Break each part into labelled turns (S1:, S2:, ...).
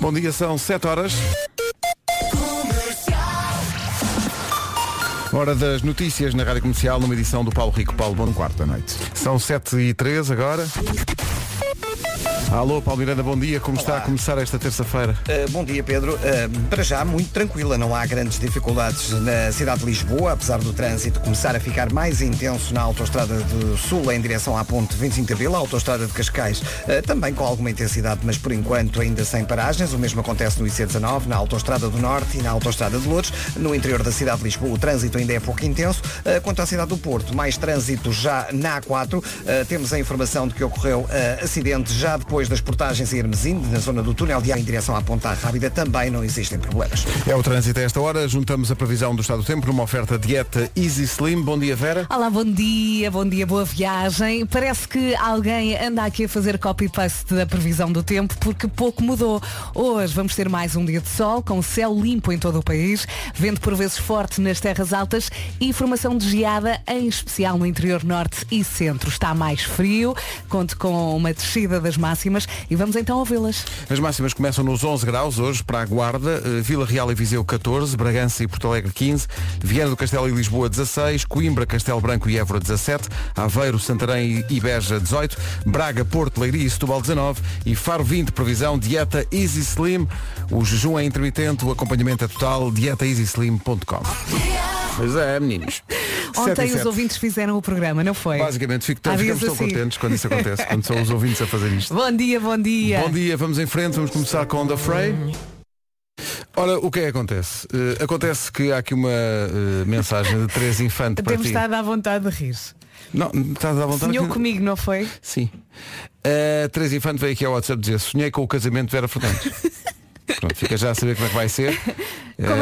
S1: Bom dia, são 7 horas. Hora das notícias na Rádio Comercial, numa edição do Paulo Rico. Paulo, bom quarto da noite. São 7 e 3 agora. Alô, Paulo Miranda, bom dia. Como está a
S2: Olá.
S1: começar esta terça-feira?
S2: Uh, bom dia, Pedro. Uh, para já, muito tranquila. Não há grandes dificuldades na cidade de Lisboa, apesar do trânsito começar a ficar mais intenso na autoestrada do Sul em direção à ponte 25 de Abril, a autoestrada de Cascais, uh, também com alguma intensidade, mas por enquanto ainda sem paragens. O mesmo acontece no IC19, na autoestrada do Norte e na autoestrada de Lourdes. No interior da cidade de Lisboa, o trânsito ainda é pouco intenso. Uh, quanto à cidade do Porto, mais trânsito já na A4. Uh, temos a informação de que ocorreu uh, acidente já depois das portagens em Hermesinde, na zona do túnel de ar em direção à Ponta Rábida. Também não existem problemas.
S1: É o trânsito a esta hora. Juntamos a previsão do estado do tempo numa oferta dieta Easy Slim. Bom dia, Vera.
S3: Olá, bom dia, bom dia, boa viagem. Parece que alguém anda aqui a fazer copy-paste da previsão do tempo porque pouco mudou. Hoje vamos ter mais um dia de sol, com céu limpo em todo o país, vento por vezes forte nas terras altas e formação de geada, em especial no interior norte e centro. Está mais frio, conto com uma descida das máximas e vamos então ouvi-las.
S1: As máximas começam nos 11 graus hoje para a Guarda, eh, Vila Real e Viseu 14, Bragança e Porto Alegre 15, Viana do Castelo e Lisboa 16, Coimbra, Castelo Branco e Évora 17, Aveiro, Santarém e Beja 18, Braga, Porto, Leiria e Setúbal 19 e Faro 20, previsão dieta Easy Slim. O jejum é intermitente, o acompanhamento é total, dietaeasyslim.com. Mas é, meninos. Sete e
S3: Ontem os
S1: sete.
S3: ouvintes fizeram o programa, não foi?
S1: Basicamente, fico tão,
S3: Há dias
S1: ficamos tão
S3: assim.
S1: contentes quando isso acontece, quando são os ouvintes a fazer isto.
S3: Bom dia, bom dia.
S1: Bom dia, vamos em frente, vamos começar com The Frey.
S3: Uhum.
S1: Ora, o que é que acontece? Eh, acontece que há aqui uma eh, mensagem de Teresa Infante para
S3: Temos
S1: ti.
S3: estado à vontade de rir.
S1: Não, estás à vontade?
S3: Sonhou
S1: que-
S3: comigo, não foi?
S1: Sim. Eh, A Teresa Infante veio aqui ao WhatsApp dizer sonhei com o casamento de Vera Fernandes. Pronto, fica já a saber como é que vai ser.
S3: Como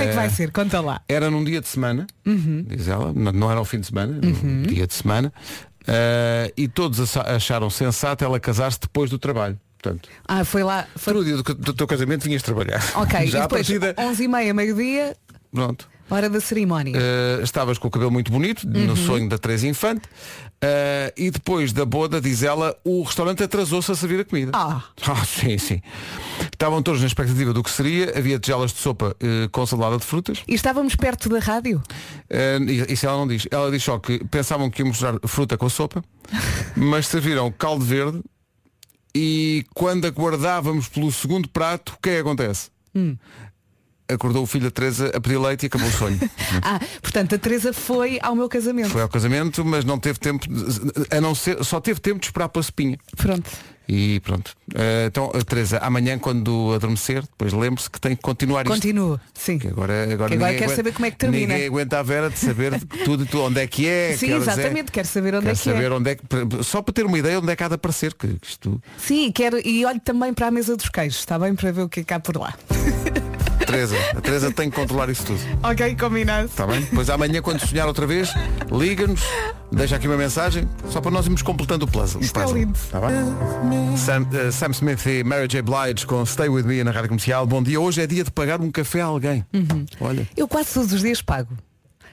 S3: é
S1: Eh,
S3: que vai ser? Uhum. Conta lá.
S1: Era num dia de semana, diz ela, não, não era um fim de semana,
S3: Uhum.
S1: num dia de semana, eh, e todos acha- acharam sensato ela casar-se depois do trabalho. Portanto,
S3: Ah, foi lá.
S1: Tu
S3: Foi...
S1: no dia do, do teu casamento vinhas trabalhar.
S3: Ok,
S1: Já
S3: e
S1: à
S3: depois, Ah.
S1: partida.
S3: 11h30, meio-dia,
S1: Pronto.
S3: hora da cerimónia.
S1: Eh, estavas com o cabelo muito bonito,
S3: Uhum.
S1: no sonho da Teresa Infante. Eh, e depois da boda, diz ela, o restaurante atrasou-se a servir a comida.
S3: Ah.
S1: sim, sim. Estavam todos na expectativa do que seria. Havia tigelas de sopa eh, com salada de frutas.
S3: E estávamos perto da rádio?
S1: Eh, isso ela não diz. Ela diz só que pensavam que iam mostrar fruta com sopa, mas serviram caldo verde. E quando aguardávamos pelo segundo prato, o que é que acontece?
S3: Hum.
S1: Acordou o filho da Teresa a pedir leite e acabou o sonho.
S3: Ah, portanto, a Teresa foi ao meu casamento.
S1: Foi ao casamento, mas não teve tempo, de- a não ser, só teve tempo de esperar pela espinha.
S3: Pronto.
S1: E pronto. Eh, então, Teresa, amanhã quando adormecer, depois lembre-se que tem que continuar isto.
S3: Continua. Sim.
S1: Que agora, agora,
S3: Que agora
S1: ninguém
S3: quero
S1: aguenta-
S3: saber como é que termina.
S1: Ninguém aguenta a Vera de saber de tudo, e tudo onde é que é.
S3: Sim,
S1: que horas é.
S3: exatamente. Quero saber onde
S1: Quero
S3: é que
S1: saber
S3: é.
S1: onde é que. Só para ter uma ideia onde é que há de aparecer. Que, que isto,
S3: Sim, quero. E olho também para a mesa dos queijos, está bem? Para ver o que é que há por lá.
S1: Teresa, a Teresa tem que controlar isso tudo.
S3: ok, combinado.
S1: Está bem? Pois amanhã, quando sonhar outra vez, liga-nos, deixa aqui uma mensagem, só para nós irmos completando o puzzle. o
S3: Isto é
S1: puzzle.
S3: lindo.
S1: Está bem? Sam, eh, Sam Smith e Mary J. Blige com Stay With Me na Rádio Comercial. Bom dia, hoje é dia de pagar um café a alguém.
S3: Uhum.
S1: Olha,
S3: Eu quase todos os dias pago.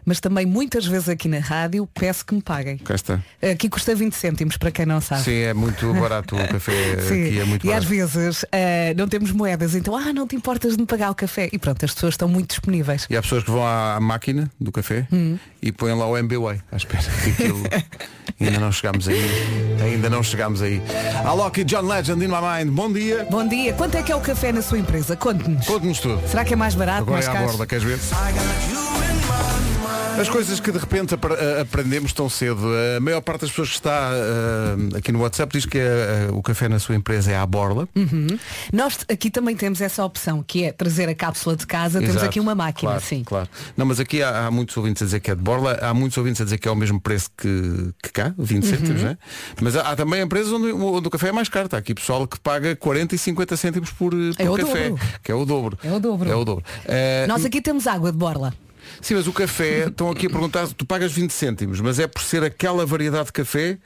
S3: Mas também muitas vezes aqui na rádio peço que me paguem.
S1: cá está.
S3: Aqui custa 20 cêntimos, para quem não sabe.
S1: Sim, é muito barato o café
S3: Sim.
S1: aqui, é muito
S3: e às
S1: barato.
S3: vezes eh, não temos moedas, então ah, não te importas de me pagar o café. E pronto, as pessoas estão muito disponíveis.
S1: E há pessoas que vão à à máquina do café e põem lá o MBWay à espera que aquilo. ainda não chegámos aí. Ainda não chegámos aí. Alok e John Legend in my mind. Bom dia.
S3: Bom dia, quanto é que é o café na sua empresa? Conte-nos.
S1: Conte-nos tudo.
S3: Será que é mais barato,
S1: Agora
S3: mais
S1: é à
S3: caro?
S1: borda, queres ver? As coisas que de repente apre- eh, aprendemos tão cedo. A maior parte das pessoas que está eh, aqui no WhatsApp diz que eh, o café na sua empresa é à borla.
S3: Nós t- aqui também temos essa opção, que é trazer a cápsula de casa, temos
S1: Exato.
S3: aqui uma máquina,
S1: Claro,
S3: sim.
S1: Claro. Não, mas aqui há, há muitos ouvintes a dizer que é de borla, há muitos ouvintes a dizer que é o mesmo preço que, que cá, 20
S3: Uhum.
S1: cêntimos, não é? Mas há, há também empresas onde, o- onde o café é mais caro. Está aqui pessoal que paga 40 e 50 cêntimos por, eh, por
S3: É o
S1: café,
S3: dobro.
S1: que é o dobro.
S3: É o dobro.
S1: É o dobro. Eh,
S3: Nós aqui temos água de borla.
S1: Sim, mas o café, estão aqui a perguntar, tu pagas 20 cêntimos, mas é por ser aquela variedade de café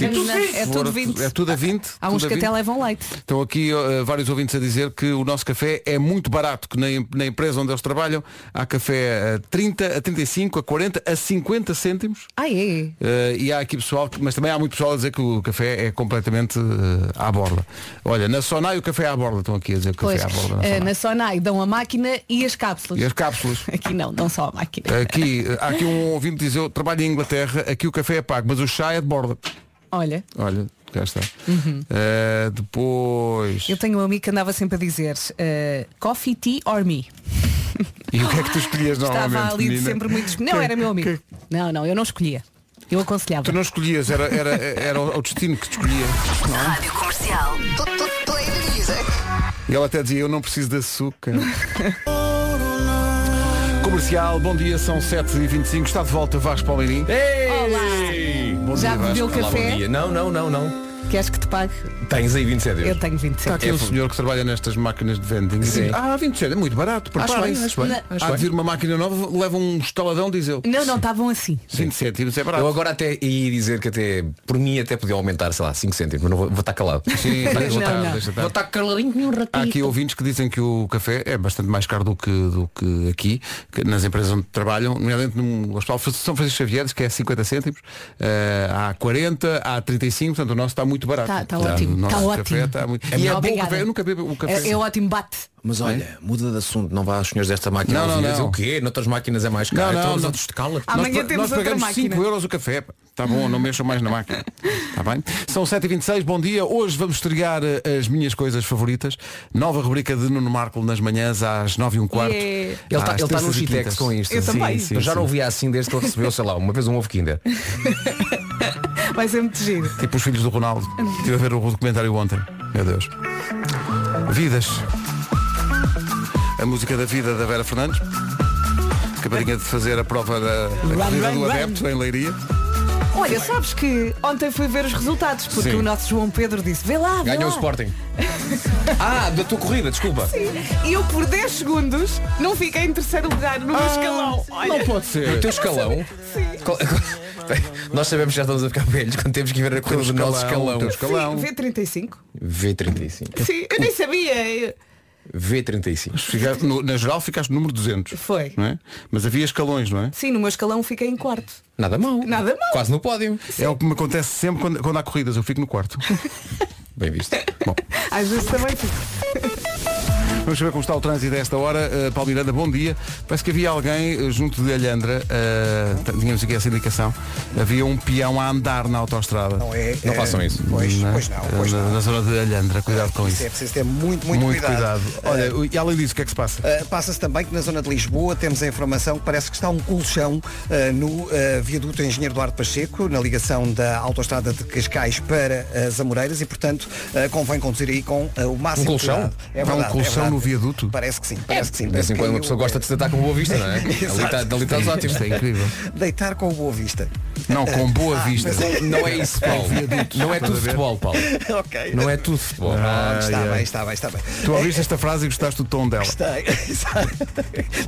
S3: Vamos na-
S1: se
S3: é
S1: for-
S3: tudo 20.
S1: É tudo a 20.
S3: Há uns
S1: tudo a
S3: que
S1: 20.
S3: até levam leite.
S1: Estão aqui eh, vários ouvintes a dizer que o nosso café é muito barato, que na, em- na empresa onde eles trabalham há café a 30, a 35, a 40, a 50 cêntimos.
S3: Ah, é?
S1: Eh, e há aqui pessoal, que- mas também há muito pessoal a dizer que o café é completamente eh, à borla. Olha, na Sonai o café é à borla, estão aqui a dizer que o café
S3: Pois,
S1: é à borla. Na
S3: eh,
S1: Sonai.
S3: na Sonai dão a máquina e as cápsulas.
S1: E as cápsulas.
S3: Aqui não, dão só a máquina.
S1: Aqui, eh, há aqui um ouvinte que diz, eu trabalho em Inglaterra, aqui o café é pago, mas o chá é de borla.
S3: Olha,
S1: Olha, cá está. Eh, depois.
S3: Uhum. eu tenho um amigo que andava sempre a dizer eh, coffee, tea or me.
S1: E o que é que tu escolhias normalmente?
S3: Estava ali
S1: menina?
S3: sempre muito... esco- Não, era meu amigo. Não, não, eu não escolhia. Eu aconselhava.
S1: Tu não escolhias, era, era, era o destino que te escolhia.
S4: Rádio Comercial. Pl- pl- Play the music.
S1: E ela até dizia, eu não preciso de açúcar. Comercial, bom dia, são 7h25, está de volta Vasco Palmeirim.
S5: É. Ei!
S1: Bom
S3: Já
S1: dia, Vasco.
S3: bebeu
S5: Olá, bom
S3: café?
S5: dia. Não, não, não, não.
S3: Queres que te pague?
S5: Tens aí 27
S3: Eu
S5: euros.
S3: tenho 27.
S1: Está aqui
S5: É
S1: um
S5: fu-
S1: senhor que trabalha nestas máquinas de vending.
S5: Sim.
S1: Ah, 27, é muito barato, preparem-se.
S5: bem, acho bem,
S1: Há
S5: acho
S1: de
S5: bem.
S1: vir uma máquina nova, leva um estaladão, diz eu.
S3: Não, não, estavam assim.
S1: 20 cêntimos é
S5: Eu
S1: barato.
S5: agora até ia dizer que até, por mim, até podia aumentar, sei lá, 5 cêntimos, mas não vou, vou estar calado.
S1: Sim,
S5: Vou
S1: deixa
S5: estar-
S1: estar,
S3: não.
S1: deixa estar.
S5: Vou estar caladinho que nem um
S1: Há
S5: ratinho.
S1: aqui ouvintes que dizem que o café é bastante mais caro do que, do que aqui, que nas empresas onde trabalham, nomeadamente no Hospital São Francisco Xavier, diz que é 50 cêntimos, eh, há 40, há 35, portanto o nosso está muito barato.
S3: Está- está
S1: O
S3: Tá, ótimo,
S1: nosso
S3: está
S1: café
S3: ótimo.
S1: está muito-
S3: É
S1: e é
S3: muito
S1: bom o
S3: obrigada.
S1: café, eu nunca bebo o café.
S3: É, é ótimo, bate.
S5: Ah, Mas olha, muda de assunto, é? não vá aos senhores desta máquina.
S1: Não, não,
S5: ouvir
S1: não.
S5: dizer O quê? Noutras máquinas é mais
S1: Não,
S5: caro.
S1: não,
S5: então,
S1: não.
S5: outros de cala-te.
S3: Ah, Amanhã
S1: nós, pa-
S3: temos
S1: nós
S3: outra
S1: pagamos
S3: máquina.
S1: 5 euros o café. pá. Tá bom, não mexam mais na máquina. Tá bem? São 7h26, bom dia. Hoje vamos estrear eh, as minhas coisas favoritas. Nova rubrica de Nuno Marco nas manhãs às 9h15.
S3: Yeah.
S5: Ele
S1: Às
S5: está tá no
S1: terças e
S5: Gitex
S1: quintas.
S5: com isto.
S3: Eu também.
S5: Eu já não ouvi assim desde que ele recebeu, sei lá, uma vez um ovo Kinder.
S3: Vai ser muito giro.
S1: Tipo os filhos do Ronaldo. Estive a ver o documentário ontem. Meu Deus. Vidas. A música da vida da Vera Fernandes. Acabadinha de fazer a prova da, da
S3: Run,
S1: corrida
S3: run,
S1: do
S3: run.
S1: adepto em Leiria.
S3: Olha, sabes que ontem fui ver os resultados, porque
S1: Sim.
S3: o nosso João Pedro disse, vê lá, vê
S5: Ganhou o
S3: lá."
S5: Sporting. Ah, da tua corrida, desculpa.
S3: E eu por 10 segundos não fiquei em terceiro lugar no meu escalão. Olha,
S1: Ah, Não pode
S5: O
S1: ser.
S5: teu escalão. Qual- Nós sabemos que já estamos a ficar velhos quando temos que ir ver a corrida do nosso
S1: o
S5: escalão.
S1: teu
S3: sim,
S1: escalão.
S3: V35.
S5: V35.
S3: Sim, eu nem sabia.
S5: V35.
S1: Fica- no- na geral ficaste no número 200.
S3: Foi.
S1: Não é? Mas havia escalões, não é?
S3: Sim, no meu escalão fiquei em quarto.
S5: Nada mal.
S3: Nada mal.
S5: Quase no pódio.
S1: É o que me acontece sempre quando, quando há corridas. Eu fico no quarto.
S5: Bem visto.
S3: Às vezes também fico.
S1: Vamos saber como está o trânsito a esta hora. Uh, Paulo Miranda, bom dia. Parece que havia alguém uh, junto de Alhandra, uh, t- tínhamos aqui essa indicação, havia um peão a andar na autostrada.
S2: Não é?
S5: Não
S2: é,
S5: façam isso.
S2: Pois,
S1: Na-
S2: pois não, pois
S1: na,
S2: não.
S1: na zona de Alhandra, cuidado com
S2: Isso
S1: isso.
S2: é preciso ter muito, muito,
S1: Muito
S2: cuidado.
S1: cuidado. Olha, o- e além disso, o que é que se passa?
S2: Uh, Passa-se também que na zona de Lisboa temos a informação que parece que está um colchão uh, no uh, viaduto Engenheiro Duarte Pacheco, na ligação da autoestrada de Cascais para as Amoreiras e, portanto, uh, convém conduzir aí com uh, o máximo
S5: Um colchão? É,
S2: cuidado. É
S1: Há um colchão
S2: verdade.
S1: no viaduto?
S2: Parece que sim, parece que sim.
S5: De vez em quando uma pessoa gosta de se deitar com boa vista, não é? Ali
S2: Exato.
S5: está- Ali está os ótimos.
S1: Isto é incrível.
S2: Deitar com o Boa Vista.
S1: Não, com boa
S2: Ah,
S1: vista.
S5: Não é isso, Paulo. Não é tudo futebol, Paulo.
S2: ok.
S5: Não é tudo futebol.
S1: Ah.
S2: Está bem, está bem, está bem.
S1: Tu ouviste esta frase e gostaste do tom dela.
S2: Está, exato.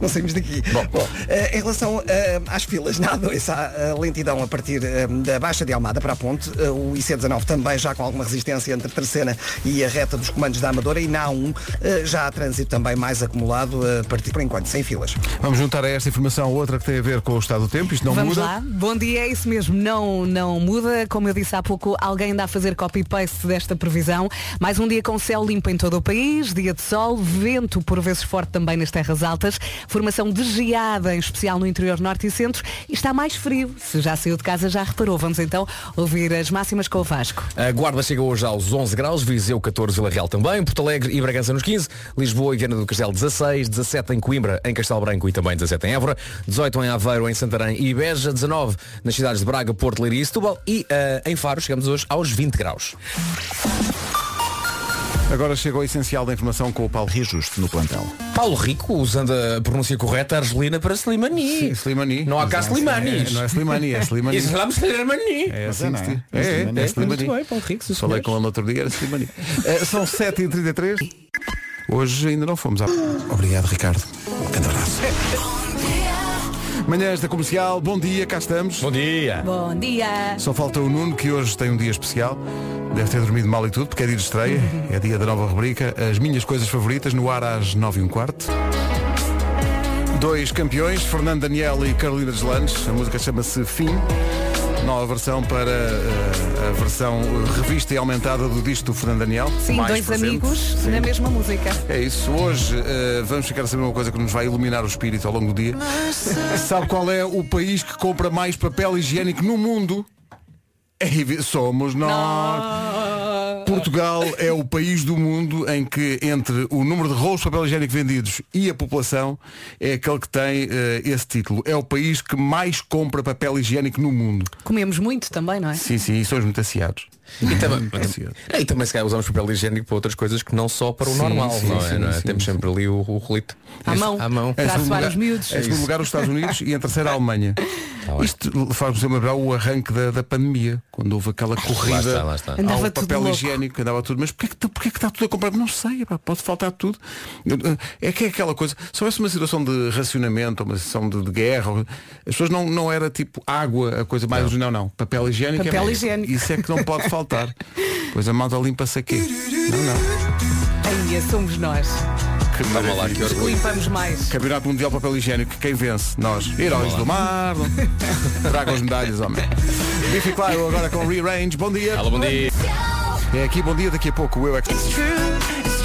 S2: Não saímos daqui. Bom, eh, em relação eh, às filas, nada, essa lentidão a partir eh, da Baixa de Almada para a Ponte, eh, o IC19 também já com alguma resistência entre a terceira e a reta dos comandos da Amadora e na A1 eh, já há trânsito também mais acumulado eh, a partir por enquanto, sem filas.
S1: Vamos juntar a esta informação outra que tem a ver com o estado do tempo. Isto não
S3: Vamos
S1: muda.
S3: lá. Bom dia, é isso mesmo. Não, não muda. Como eu disse há pouco, alguém dá a fazer copy-paste desta previsão. Mais um dia com céu limpo em todo o país, dia de sol, vento por vezes forte também nas terras altas, formação de geada, em especial no interior norte e centro, e está mais frio. Se já saiu de casa, já reparou. Vamos então ouvir as máximas com o Vasco.
S5: A Guarda chega hoje aos 11 graus, Viseu 14, Vila Real também, Porto Alegre e Bragança nos 15, Lisboa e Viana do Castelo 16, 17 em Coimbra, em Castelo Branco e também 17 em Évora, 18 em Aveiro, em Santarém e Beja, 19 nas cidades de Braga, Porto, Leiria e Setúbal e ah, em Faro chegamos hoje aos 20 graus.
S1: Agora chegou o essencial da informação com o Paulo Reajuste no plantel.
S5: Paulo Rico, usando a pronúncia correta, Argelina para Slimani.
S1: Sim, Slimani.
S5: Não há cá
S1: Exato. É,
S5: Slimanis.
S1: Não é Slimani, é Slimani.
S5: Islam Slimani.
S1: É assim que se diz. É, é, é Slimani.
S5: Muito bem, Paulo Rico, sim,
S1: Falei
S5: senhores.
S1: com ele no outro dia, era Slimani. Eh, São 7h33. Hoje ainda não fomos à... Obrigado, Ricardo. Um grande abraço. Manhãs da Comercial, bom dia, cá estamos.
S5: Bom dia.
S3: Bom dia.
S1: Só falta o Nuno, que hoje tem um dia especial. Deve ter dormido mal e tudo, porque é dia de estreia, é dia da nova rubrica. As minhas coisas favoritas, no ar às 9 e um quarto. Dois campeões, Fernando Daniel e Carolina Deslandes. A música chama-se Fim. Nova versão para eh, a versão revista e aumentada do disco do Fernando Daniel.
S3: Sim,
S5: Mais
S3: dois
S5: presente,
S3: amigos na mesma música.
S1: É isso. Hoje eh, vamos ficar a saber uma coisa que nos vai iluminar o espírito ao longo do dia. Sabe qual é o país que compra mais papel higiênico no mundo? É evi- Somos nós. Portugal é o país do mundo em que entre o número de rolos de papel higiênico vendidos e a população é aquele que tem eh, esse título. É o país que mais compra papel higiênico no mundo.
S3: Comemos muito também, não é?
S1: Sim, sim, e somos muito aciados.
S5: E também, É,
S1: Ansioso.
S5: e também se calhar usamos papel higiênico para outras coisas que não só para o
S1: Sim,
S5: normal,
S1: sim,
S5: não é?
S1: sim,
S5: não é?
S1: sim,
S5: Temos
S1: sim.
S5: sempre ali o, o rolito.
S3: À mão.
S5: À mão.
S1: É
S3: Para assoar os miúdos.
S5: É
S1: Em segundo lugar os Estados Unidos e em terceiro a Alemanha.
S5: bem.
S1: Isto faz-me lembrar o arranque da, da pandemia, quando houve aquela corrida
S5: está, Ah, lá está.
S3: Andava
S1: ao
S3: tudo
S1: papel
S3: louco.
S1: higiênico, andava tudo, mas porquê que, tu- porquê que está tudo a comprar? Não sei, pá, pode faltar tudo. É que é aquela coisa, se houvesse uma situação de racionamento, uma situação de, de guerra, as pessoas não, não era tipo água, a coisa mais. Não, não, papel higiênico
S3: Papel
S1: é
S3: higiênico.
S1: Isso é que não pode faltar. Pois a malta limpa-se aqui. Não, não.
S3: Aí somos nós.
S1: Que
S5: Toma lá, que orgulho.
S3: Limpamos mais.
S1: Campeonato Mundial de Papel Higiênico, quem vence? Nós, heróis do mar. Traga as medalhas, homem. Biffy Clyro agora com Rearrange. Bom dia.
S5: Alô, bom dia.
S1: É aqui, bom dia. Daqui a pouco eu é que...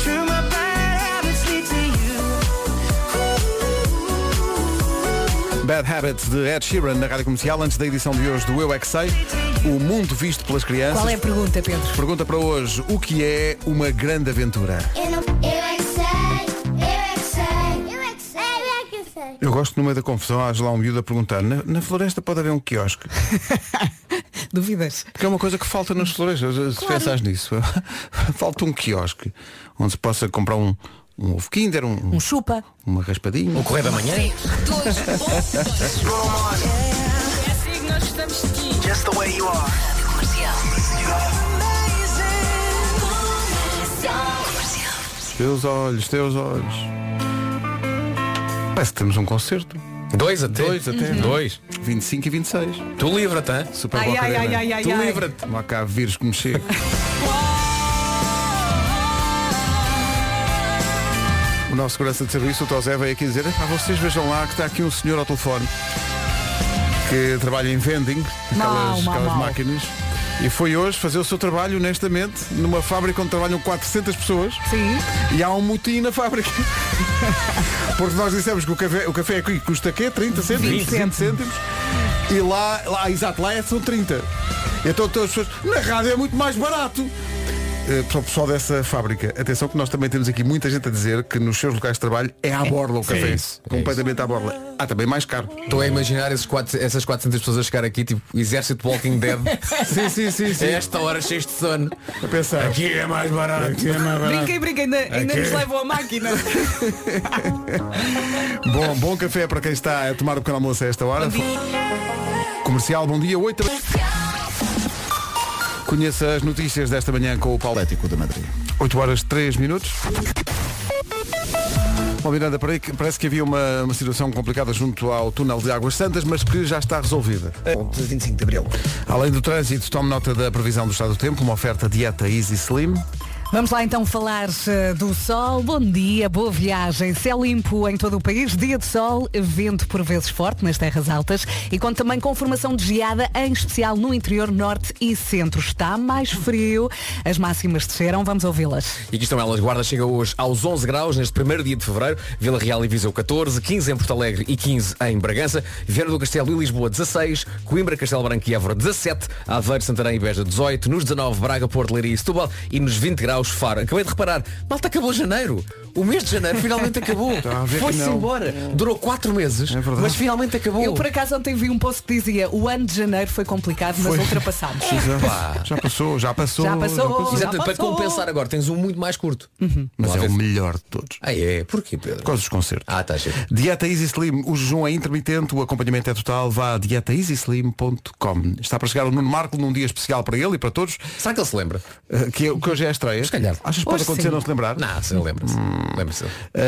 S1: Bad Habits de Ed Sheeran na Rádio Comercial, antes da edição de hoje do Eu é que Sei, o mundo visto pelas crianças.
S3: Qual é a pergunta, Pedro?
S1: Pergunta para hoje, o que é uma grande aventura?
S6: Eu não. Eu é que sei, eu é que sei, eu é que sei, eu é que sei.
S1: Eu gosto no meio da confusão, há lá um miúdo a perguntar, na, na floresta pode haver um quiosque?
S3: Duvidas?
S1: Porque é uma coisa que falta
S3: Hum.
S1: nas florestas, se pensares nisso. Falta um quiosque onde se possa comprar um, um ovo kinder, um,
S3: Um chupa?
S1: uma raspadinha.
S5: O correio da manhã.
S4: Just the way you are.
S1: Teus olhos, teus olhos. Parece que temos um concerto.
S5: Dois até.
S1: Dois até.
S5: Dois.
S1: 25 e 26.
S5: Tu livra-te, hã?
S1: Super
S3: Ai,
S1: Boca
S3: ai,
S1: Arena.
S3: ai, ai, ai,
S1: Tu
S3: ai.
S1: livra-te. Não há cá vírus que me chegue. O nosso segurança de serviço, o Tosé, veio aqui dizer, "Epá, vocês vejam lá que está aqui um senhor ao telefone que trabalha em vending, aquelas,
S3: Mau, mau,
S1: aquelas
S3: mau.
S1: máquinas, e foi hoje fazer o seu trabalho, honestamente, numa fábrica onde trabalham 400 pessoas
S3: Sim.
S1: e há um motim na fábrica. Porque nós dissemos que o café, o café aqui custa quê? 30 cêntimos?
S3: 20
S1: cêntimos. E lá, lá, exato, lá é, são 30. Então todas as pessoas, na rádio é muito mais barato. Eh, Para o pessoal dessa fábrica, atenção que nós também temos aqui muita gente a dizer que nos seus locais de trabalho é à borla o café.
S5: isso, é
S1: completamente à borla. Ah, também mais caro.
S5: Estou a imaginar esses quatro, essas 400 pessoas a chegar aqui, tipo exército Walking Dead.
S1: Sim, sim, sim,
S5: a
S1: sim.
S5: esta hora cheios de sono.
S1: A pensar.
S5: Aqui é mais barato.
S3: Brinquem, brinquem, ainda, ainda nos levam a máquina.
S1: Bom, bom café para quem está a tomar o pequeno almoço a esta hora. Comercial, bom dia, 8 Conheça as notícias desta manhã com o Paulo Ético da Madrid. 8 horas 3 minutos. Bom, Miranda, peraí que- parece que havia uma, uma situação complicada junto ao túnel de Águas Santas, mas que já está resolvida.
S2: Ponte 25 de Abril.
S1: Além do trânsito, tome nota da previsão do estado do tempo, uma oferta dieta Easy Slim.
S3: Vamos lá então falar eh, do sol. Bom dia, boa viagem. Céu limpo em todo o país, dia de sol, vento por vezes forte nas terras altas e conta também com formação de geada, em especial no interior norte e centro. Está mais frio, as máximas desceram, vamos ouvi-las.
S5: E aqui estão elas. Guarda chega hoje aos 11 graus, neste primeiro dia de fevereiro. Vila Real e Viseu 14, 15 em Porto Alegre e 15 em Bragança. Viana do Castelo e Lisboa 16, Coimbra, Castelo Branco e Évora 17, Aveiro, Santarém e Beja 18, nos 19 Braga, Porto, Leiria e Setúbal e nos 20 graus Faro. Acabei de reparar, malta acabou janeiro. O mês de janeiro finalmente acabou.
S1: Está Tá a ver que
S5: Foi-se
S1: não. É
S5: embora. Durou 4 meses,
S1: verdade.
S5: mas finalmente acabou.
S3: Eu por acaso ontem vi um post que dizia o ano de janeiro foi complicado, mas ultrapassámos.
S1: Já, já passou, já passou.
S3: Já passou.
S5: Exatamente, para
S3: passou. Uhum.
S5: compensar agora tens um muito mais curto.
S1: Mas
S5: Lá
S1: é o
S5: vê-se.
S1: melhor de todos.
S5: Ah, é? Porquê, Pedro?
S1: Por causa dos concertos.
S5: Ah, tá, cheio.
S1: Dieta Easy Slim, o jejum é intermitente, o acompanhamento é total, vá a dietaeasyslim.com. Está para chegar o Nuno Marco num dia especial para ele e para todos,
S5: Será que ele se lembra?
S1: eh, que, é- que hoje é a estreia.
S5: se calhar.
S1: Achas que pode
S3: Hoje
S1: acontecer
S3: sim.
S1: não se lembrar?
S5: Não, se lembra-se. Lembra-se.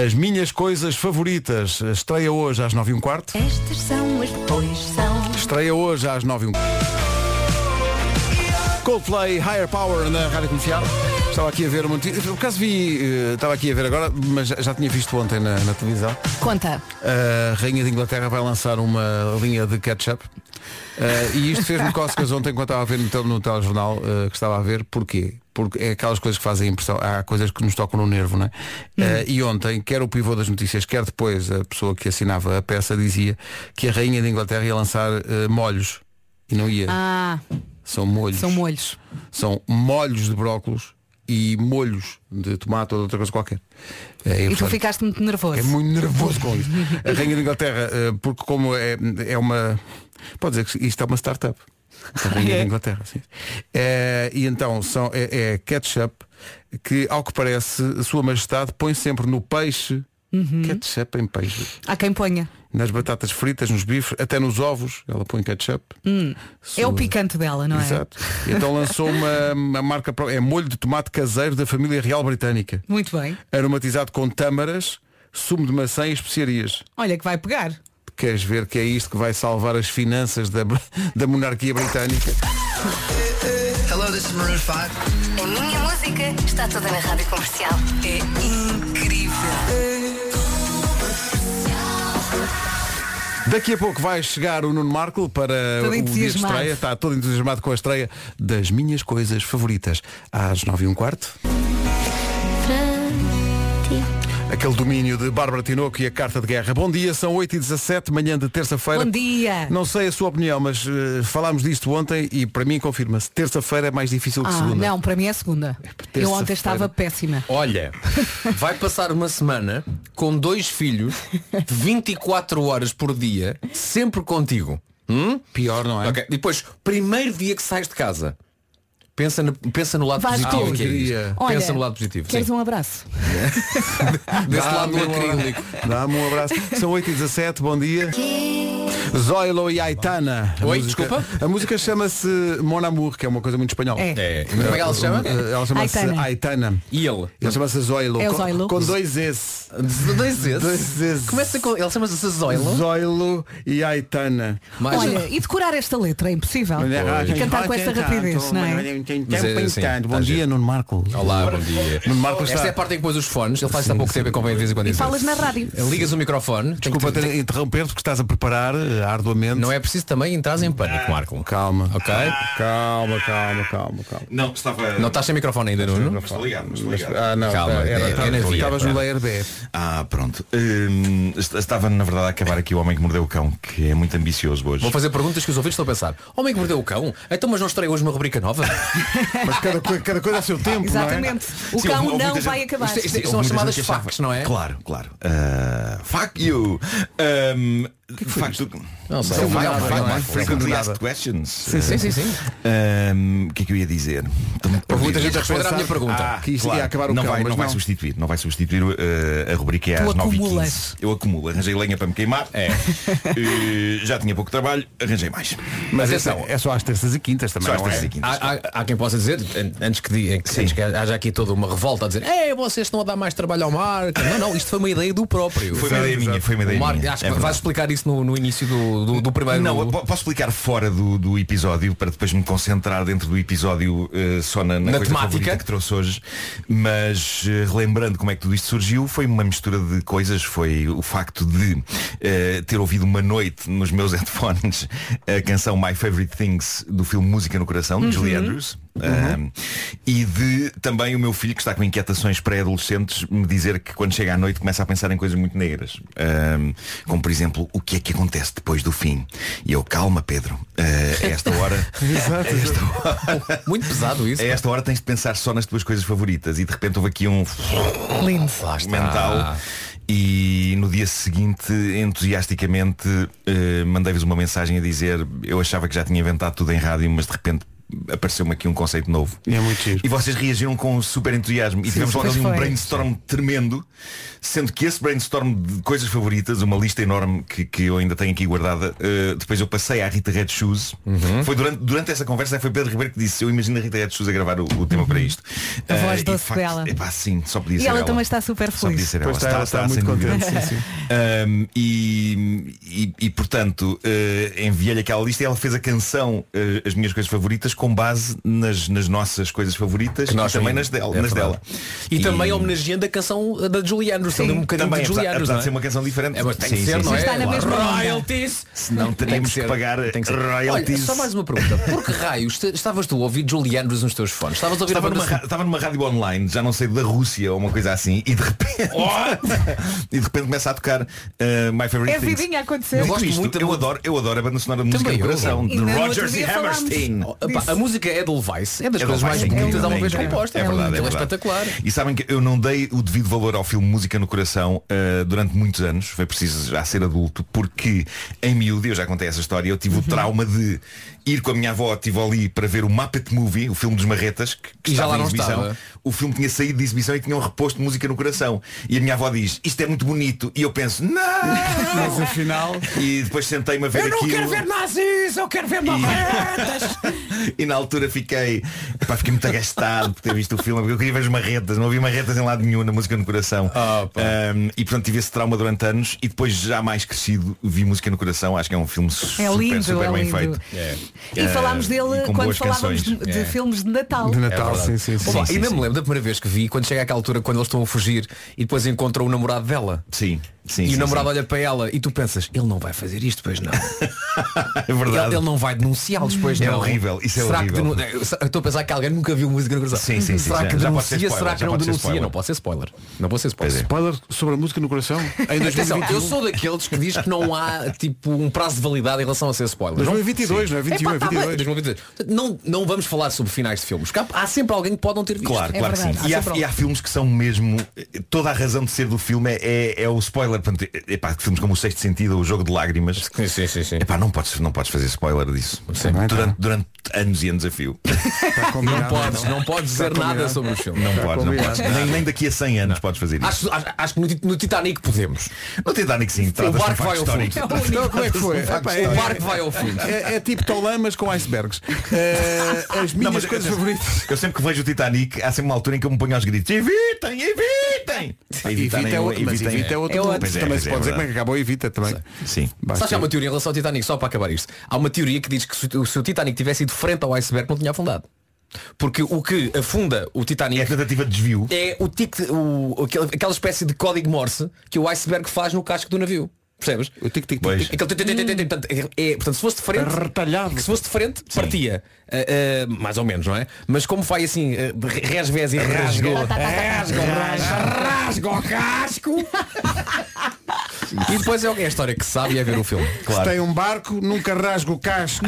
S1: As minhas coisas favoritas. Estreia hoje às 9 e um quarto.
S4: Estas são as pois são.
S1: Estreia hoje às 9 e um Coldplay Higher Power na Rádio Comercial. Estava aqui a ver um monte... Por acaso vi... eh, Estava aqui a ver agora, mas já- já tinha visto ontem na, na televisão.
S3: Conta.
S1: A Rainha de Inglaterra vai lançar uma linha de ketchup. Eh, e isto fez-me cócegas ontem quando estava a ver no, tel- no telejornal eh, que estava a ver. Porquê? Porque é aquelas coisas que fazem impressão. Há coisas que nos tocam no nervo, não é?
S3: Uhum.
S1: Eh, e ontem, quer o pivô das notícias, quer depois a pessoa que assinava a peça dizia que a Rainha de Inglaterra ia lançar eh, molhos. E não ia.
S3: Ah,
S1: São molhos.
S3: são molhos.
S1: São molhos de brócolos e molhos de tomate ou de outra coisa qualquer. É,
S3: E tu
S1: portanto,
S3: ficaste muito nervoso.
S1: é muito nervoso com isso. A Rainha da Inglaterra, eh, porque como é, é uma. Pode dizer que isto é uma startup. A Rainha
S3: É.
S1: da Inglaterra, sim. Eh, e então são, é, é ketchup que, ao que parece, a Sua Majestade põe sempre no peixe.
S3: Uhum.
S1: Ketchup em peixe.
S3: Há quem ponha.
S1: Nas batatas fritas, nos bifes, até nos ovos, ela põe ketchup.
S3: É o
S1: Sua-
S3: picante dela, não é?
S1: Exato. Então lançou uma, uma marca, pró- é molho de tomate caseiro da família real britânica.
S3: Muito bem.
S1: Aromatizado com tâmaras, sumo de maçã e especiarias.
S3: Olha que vai pegar.
S1: Queres ver que é isto que vai salvar as finanças da, da monarquia britânica?
S4: A minha música está toda na rádio comercial. É incrível.
S1: Daqui a pouco vai chegar o Nuno Marco para
S3: Todo
S1: o dia de
S3: entusiasmado.
S1: estreia. Está todo entusiasmado com a estreia das minhas coisas favoritas. Às 9 e um quarto. Aquele domínio de Bárbara Tinoco e a Carta de Guerra. Bom dia, são 8h17, manhã de terça-feira.
S3: Bom dia.
S1: Não sei a sua opinião, mas eh, falámos disto ontem e para mim confirma-se. Terça-feira é mais difícil que
S3: Ah,
S1: segunda.
S3: não, para mim é segunda. Eu ontem
S1: terça-feira.
S3: estava péssima.
S5: Olha, vai passar uma semana com dois filhos de 24 horas por dia, sempre contigo. Hum?
S1: Pior, não é?
S5: Ok, Depois, primeiro dia que sais de casa. Pensa no, pensa no lado
S3: Vais
S5: positivo
S3: tu.
S5: que é isto.
S1: Alegria.
S5: Pensa
S3: Olha,
S5: no lado positivo.
S3: Queres
S5: sim.
S3: um abraço?
S5: Desse lado
S1: Dá-me
S5: do
S1: um
S5: acrílico.
S1: abraço. Dá-me um abraço. São 8h17, bom dia. Zoilo e Aitana. A
S5: Oi,
S1: música-
S5: desculpa?
S1: A música chama-se Mon Amour, que é uma coisa muito espanhola.
S3: É.
S5: É, como é que ela se chama?
S1: Eh, Ela chama-se
S3: Aitana.
S1: Aitana.
S5: E ele?
S1: Ela chama-se Zoilo.
S3: É o
S1: com-
S3: Zoilo.
S1: Com dois S.
S5: Dois S. é
S1: Dois S.
S5: Começa com. Ele chama-se Zoilo.
S1: Zoilo e Aitana. Ah,
S5: Mais- um.
S3: Olha, e decorar esta letra é impossível.
S1: Olha,
S3: E cantar com esta
S1: então,
S3: rapidez, não é?
S5: Mas é assim,
S1: Bom
S5: tá
S1: dia,
S5: giro.
S1: Nuno Marco.
S5: Olá, bom dia.
S1: Nuno Marco
S5: Esta é a
S1: está.
S5: parte em que pôs os fones. Ele faz isso há pouco tempo e convém de vez em quando
S3: E
S5: dizer.
S3: falas na rádio.
S5: Ligas o microfone. tem
S1: Desculpa
S5: que ter-
S1: ter interromper porque estás a preparar eh, arduamente.
S5: Não é preciso também entrar em pânico, Marco.
S1: Calma.
S5: Ok?
S1: Calma, calma, calma, calma.
S7: Não, estava.
S5: Não estás sem microfone ainda, Nuno?
S7: Está ligado, mas
S1: Mas-
S7: ligado.
S1: ah, não,
S5: Calma,
S1: tá,
S5: é-
S1: era,
S5: é
S1: tá-
S5: na via,
S1: estavas no
S5: pá.
S1: layer B.
S7: Ah, pronto. Hum, est- estava, na verdade, a acabar aqui o Homem que Mordeu o Cão, que é muito ambicioso hoje.
S5: Vou fazer perguntas que os ouvintes estão a pensar. Homem que mordeu o cão? Então mas não estreia hoje uma rubrica nova?
S1: Mas cada, coi- cada coisa a seu tempo,
S3: Exatamente. O
S7: Sim,
S3: cão
S7: houve- houve
S3: não
S7: muita
S3: vai
S7: gente-
S3: acabar.
S5: Isto- é isto-
S7: Houve
S5: são as
S7: muita
S5: chamadas
S7: gente que achava-
S5: facts, não é?
S7: Claro, claro. Ah, fuck you! Um, facto...
S5: Não sei.
S7: São
S5: Do
S7: my-
S5: nada,
S7: my-
S5: não é?
S7: my frequently
S1: Do nada.
S7: asked questions.
S5: sim, sim, sim.
S7: Um, O que é que eu ia dizer? Estou muito
S1: Houve muita
S7: perdido. Ah,
S1: gente a
S5: Responder à
S1: pensar
S5: minha pergunta.
S1: Que isto ia acabar o
S7: não
S1: cão,
S7: vai,
S1: mas
S7: não, vai
S1: não.
S7: substituir, não vai substituir eh, a rubrica é
S3: Tu
S7: às 9 e
S3: acumulas.
S7: 15 Eu acumulo, arranjei lenha para me queimar. Eh, já tinha pouco trabalho, arranjei mais.
S1: Mas
S5: Atenção.
S1: atenção, é só às terças e quintas também.
S7: Só às
S1: não é?
S7: terças e quintas.
S5: Há, há- há quem possa dizer, an- antes que, diga, que-
S7: Sim.
S5: antes que haja aqui toda uma revolta a dizer, é, vocês estão a dar mais trabalho ao Marco. Não, não, isto foi uma ideia do próprio.
S7: Foi uma ideia minha, foi uma ideia
S5: O Marco,
S7: minha.
S5: acho
S7: É
S5: que vais
S7: verdade.
S5: explicar isso no, no início do, do, do primeiro.
S7: Não, eu po- posso explicar fora do, do episódio para depois me concentrar dentro do episódio eh, só na, na
S5: Na
S7: coisa
S5: temática.
S7: favorita que trouxe hoje. Mas eh, relembrando como é que tudo isto surgiu, foi uma mistura de coisas. Foi o facto de eh, ter ouvido uma noite nos meus headphones a canção My Favorite Things do filme Música no Coração, de Julie Andrews. Ahm, e de também o meu filho que está com inquietações pré-adolescentes me dizer que quando chega à noite começa a pensar em coisas muito negras Ahm, como por exemplo o que é que acontece depois do fim e eu calma Pedro ah, a esta hora a esta hora,
S5: Muito pesado isso.
S7: a É esta hora tens de pensar só nas tuas coisas favoritas e de repente houve aqui um
S3: Lindo.
S5: Lá está.
S7: mental e no dia seguinte entusiasticamente eh, mandei-vos uma mensagem a dizer eu achava que já tinha inventado tudo em rádio mas de repente apareceu-me aqui um conceito novo.
S8: E é muito giro.
S7: E vocês reagiram com um super entusiasmo e tivemos logo
S3: pois
S7: ali um
S3: foi.
S7: brainstorm tremendo, sendo que esse brainstorm de coisas favoritas, uma lista enorme que, que eu ainda tenho aqui guardada, eh, depois eu passei à Rita Red Shoes.
S3: Uhum.
S7: Foi durante, durante essa conversa, foi Pedro Ribeiro que disse, eu imagino a Rita Red Shoes a gravar o, o tema para isto.
S3: Uhum. A
S7: Eh,
S3: voz
S7: e, de
S3: doce
S7: facto,
S3: dela.
S7: Epá, sim, só podia
S3: E
S7: ser
S3: ela também está super
S7: é Só podia
S3: feliz.
S7: ser
S8: Pois está, ela está
S7: sem
S8: muito
S7: dúvida.
S8: contente, sim, sim.
S7: Um, e, e- e, portanto eh, enviei-lhe aquela lista e ela fez a canção eh, As Minhas Coisas Favoritas com base nas, nas nossas coisas favoritas
S5: Que nós
S7: e também
S5: temos.
S7: nas dela.
S5: É
S7: nas
S5: verdade.
S7: dela.
S5: E, também homenageando a canção uh, da Julie Andrews. Ele deu um bocadinho
S7: também,
S5: de Julie
S7: apesar,
S5: Andrews.
S7: apesar
S5: não
S7: de ser uma canção diferente.
S5: É, mas tem que
S7: Sim,
S5: ser,
S7: sim,
S5: não
S7: sim,
S5: é?
S3: está na
S7: claro.
S3: mesma onda.
S5: royalties!
S7: Senão teríamos que pagar
S5: Tem que ser.
S7: royalties.
S5: Olha, só mais uma pergunta. Por que raios te- estavas tu a ouvir Julie Andrews nos teus fones? Estavas a ouvir
S7: Estava
S5: a banda
S7: numa, ra- estava numa rádio online, já não sei, da Rússia ou uma coisa assim, e de repente e de repente começa a tocar eh, My Favorite
S3: É a
S7: Things.
S3: vidinha a acontecer.
S7: Eu,
S5: gosto
S7: isto,
S5: muito da
S7: eu,
S5: música.
S7: adoro, eu adoro a banda sonora de música
S5: Também
S7: do
S5: eu.
S7: coração de
S3: Ainda no outro
S7: Rogers e
S3: dia falámos.
S7: Hammerstein.
S5: Oh, pá,
S3: Disse.
S5: a música Edelweiss é das
S7: É
S5: coisas mais
S7: incrível,
S5: bonitas alguma
S7: é
S5: vez
S7: incrível.
S5: composta.
S7: É verdade, é
S5: Ela
S7: verdade.
S5: espetacular.
S7: E sabem que eu não dei o devido valor ao filme Música no Coração eh, durante muitos anos, foi preciso já ser adulto, porque em miúdo, eu já contei essa história, eu
S5: Uhum.
S7: tive o trauma de ir com a minha avó a Tivoli para ver o Muppet Movie, o filme dos marretas, que, que
S5: E já
S7: estava
S5: lá
S7: em
S5: não
S7: exibição.
S5: estava.
S7: O filme tinha saído de exibição e tinham reposto Música no Coração. E a minha avó diz, isto é muito bonito. E eu penso, não!
S8: Mas afinal,
S7: E depois sentei-me a ver aquilo.
S5: nazis, eu quero ver marretas.
S7: E na altura fiquei, pá, fiquei muito agastado por ter visto o filme, porque eu queria ver as marretas, não havia marretas em lado nenhum na música no coração.
S5: Ah, pá.
S7: Ahm, e portanto tive esse trauma durante anos e depois já mais crescido vi música no coração, acho que é um filme super,
S3: É lindo,
S7: super
S3: é
S7: bem
S3: lindo.
S7: feito.
S3: E falámos
S7: eh, e
S3: dele
S7: com
S3: quando
S7: boas
S3: falávamos de,
S7: canções.
S3: de
S5: É.
S3: filmes de Natal.
S8: de Natal,
S5: verdade.
S8: sim, sim, sim.
S5: Opa,
S7: sim,
S5: ainda
S7: sim.
S5: me lembro da primeira vez que vi, quando chega àquela altura, quando eles estão a fugir e depois encontram o namorado dela.
S7: Sim, sim.
S5: e
S7: sim,
S5: o namorado
S7: sim.
S5: olha para ela e tu pensas, ele não vai fazer isto, pois não.
S7: É
S5: ele,
S7: verdade.
S5: ele não vai denunciá-los, pois
S7: É
S5: não.
S7: horrível, isso é
S5: Será
S7: horrível.
S5: Que denu... Eu Estou a pensar que alguém nunca viu música no coração.
S7: Sim, sim, sim,
S5: Será
S7: já-
S5: que
S7: já pode ser
S5: denuncia?
S7: spoiler,
S5: Será que
S7: já
S5: não
S7: pode ser
S5: denuncia?
S7: spoiler. é.
S5: Não pode ser spoiler. Não pode ser spoiler.
S8: Spoiler sobre a música no coração? Em
S5: Atenção,
S8: 2021.
S5: eu sou daqueles que diz que não há tipo um prazo de validade em relação a ser spoiler. Não,
S8: 2022, não é? 21, é
S5: Epá, tá bem,
S8: 22.
S5: 2022. Não, não vamos falar sobre finais de filmes. Cá- Há sempre alguém que pode não ter visto.
S7: Claro,
S3: É
S7: claro que
S3: verdade,
S7: sim. E
S3: há
S7: há,
S3: sempre
S7: e
S3: algo.
S7: há filmes que são mesmo. Toda a razão de ser do filme é, é, é o spoiler. Portanto, epá, filmes como o Sexto Sentido ou o Jogo de Lágrimas.
S5: Sim, sim, sim, sim.
S7: Epá, não podes, não podes fazer spoiler disso.
S8: é,
S7: Durante, durante anos e anos a fio.
S8: Está combinado.
S5: Não podes,
S8: Então,
S5: não podes dizer nada sobre os filmes.
S7: Não podes, não
S8: combinado.
S7: podes. Nem, nem daqui a 100 anos podes fazer isso.
S5: Acho, acho, acho que no, Tit- no Titanic podemos.
S7: No Titanic sim,
S5: O
S7: trata-se de um
S5: barco
S7: facto
S5: vai ao
S7: histórico.
S5: fundo.
S8: Então, como é que foi? Epá,
S7: um
S8: é-
S5: O barco vai ao fundo.
S8: É, é tipo tolamas com icebergs. Eh, as minhas
S7: mas eu-
S8: coisas
S7: eu-
S8: favoritas.
S7: Eu sempre que vejo o Titanic, há sempre uma altura em que eu me ponho aos gritos. Evitem, evitem! Pá, evitem,
S8: Evita é outro, mas
S7: evitem,
S8: Evita é outro.
S3: É
S8: nome.
S3: outro.
S7: Pois é,
S8: Também
S7: pois
S8: se
S7: é,
S8: pode dizer
S7: é
S8: como é que acabou Evita também.
S7: Sim.
S8: Basta.
S5: Sabes que há uma teoria em relação ao Titanic, só para acabar isto. Há uma teoria que diz que se, o- se o Titanic tivesse ido frente ao iceberg não tinha afundado. Porque o que afunda o
S7: É a
S5: Titanic
S7: tentativa de desvio.
S5: é o tic, o, aquele- aquela espécie de código Morse que o iceberg faz no casco do navio. Percebes?
S8: O tic tic
S7: Pois.
S8: tic.
S5: Aquele tic, tic, tic, tic, tic, portanto, é, é, portanto, se fosse de frente.
S8: Retalhado.
S5: que se fosse de frente, partia. Ah, ah, mais ou menos, não é? Mas como vai assim, ah, de re- resvez e rasgou.
S8: É,
S7: Tá,
S5: Rasgou, rasgou o casco. e depois é o que é a história que se sabe e é ver o filme.
S7: tá.
S8: Se tem um barco, nunca rasga o casco.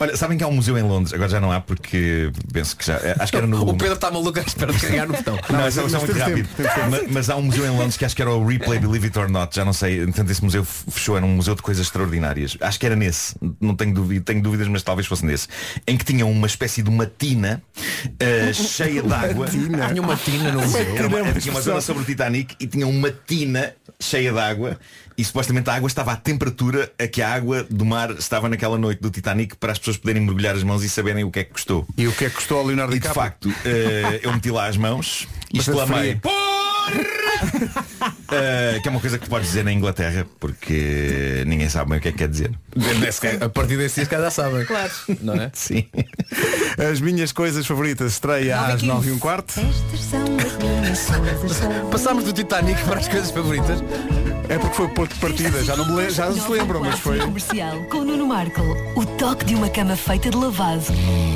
S7: Olha, sabem que há um museu em Londres, agora já não há porque penso que já. eh, Acho que era no.
S5: O Pedro está maluco à espera de carregar no botão.
S7: Não,
S8: Não,
S7: essa
S8: mas
S7: versão é muito
S8: temos
S7: rápido.
S8: tempo, temos tempo.
S7: Mas, mas há um museu em Londres que acho que era o Replay Believe It or Not, já não sei. Entretanto, esse museu f- fechou, era um museu de coisas extraordinárias. Acho que era nesse, não tenho dúvida, tenho dúvidas, mas talvez fosse nesse. Em que tinha uma espécie de uma tina eh, cheia de água.
S5: Há nenhuma tina no museu.
S7: Era é
S8: é
S7: uma, tinha uma zona sobre o Titanic e tinha uma tina cheia de água e supostamente a água estava à temperatura a que a água do mar estava naquela noite do Titanic para as pessoas poderem mergulhar as mãos e saberem o que é que custou.
S8: E o que é que custou ao Leonardo
S7: E de
S8: DiCaprio?
S7: facto, eh, eu meti lá as mãos e
S8: Bastante
S7: exclamei
S8: fria.
S7: "Porra!" Eh, que é uma coisa que podes dizer na Inglaterra, porque ninguém sabe bem o que é que quer dizer.
S5: A partir desse dia, se calhar já sabem. Claro. Não é?
S7: Sim.
S8: As minhas coisas favoritas estreia
S3: Nove e
S8: às
S3: quinze.
S8: 9 e um quarto.
S4: Estas são as minhas coisas
S5: Passámos do Titanic para as coisas favoritas.
S8: É porque foi ponto de partida, já não, me le- já não se lembram, mas foi.
S4: Comercial com o Nuno Marco. O toque de uma cama feita de lavado.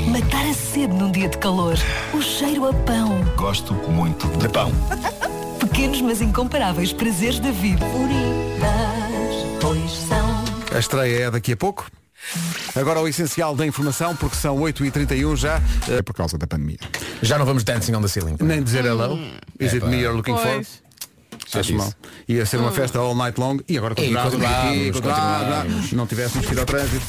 S4: Matar a sede num dia de calor. O cheiro a pão.
S7: Gosto muito de pão.
S4: Pequenos, mas incomparáveis prazeres da vida. Favoritas, pois são.
S1: A estreia é daqui a pouco.
S8: Agora o essencial da informação, porque são 8h31 já, é por causa da pandemia.
S5: Já não vamos dancing on the ceiling.
S8: Nem dizer hello, is it me you're looking for?
S3: Pois.
S8: Acho mal. Ia ser uma festa all night long e agora
S5: E
S8: continuávamos aqui,
S5: continuávamos,
S8: continuávamos, não tivéssemos que ir ao trânsito.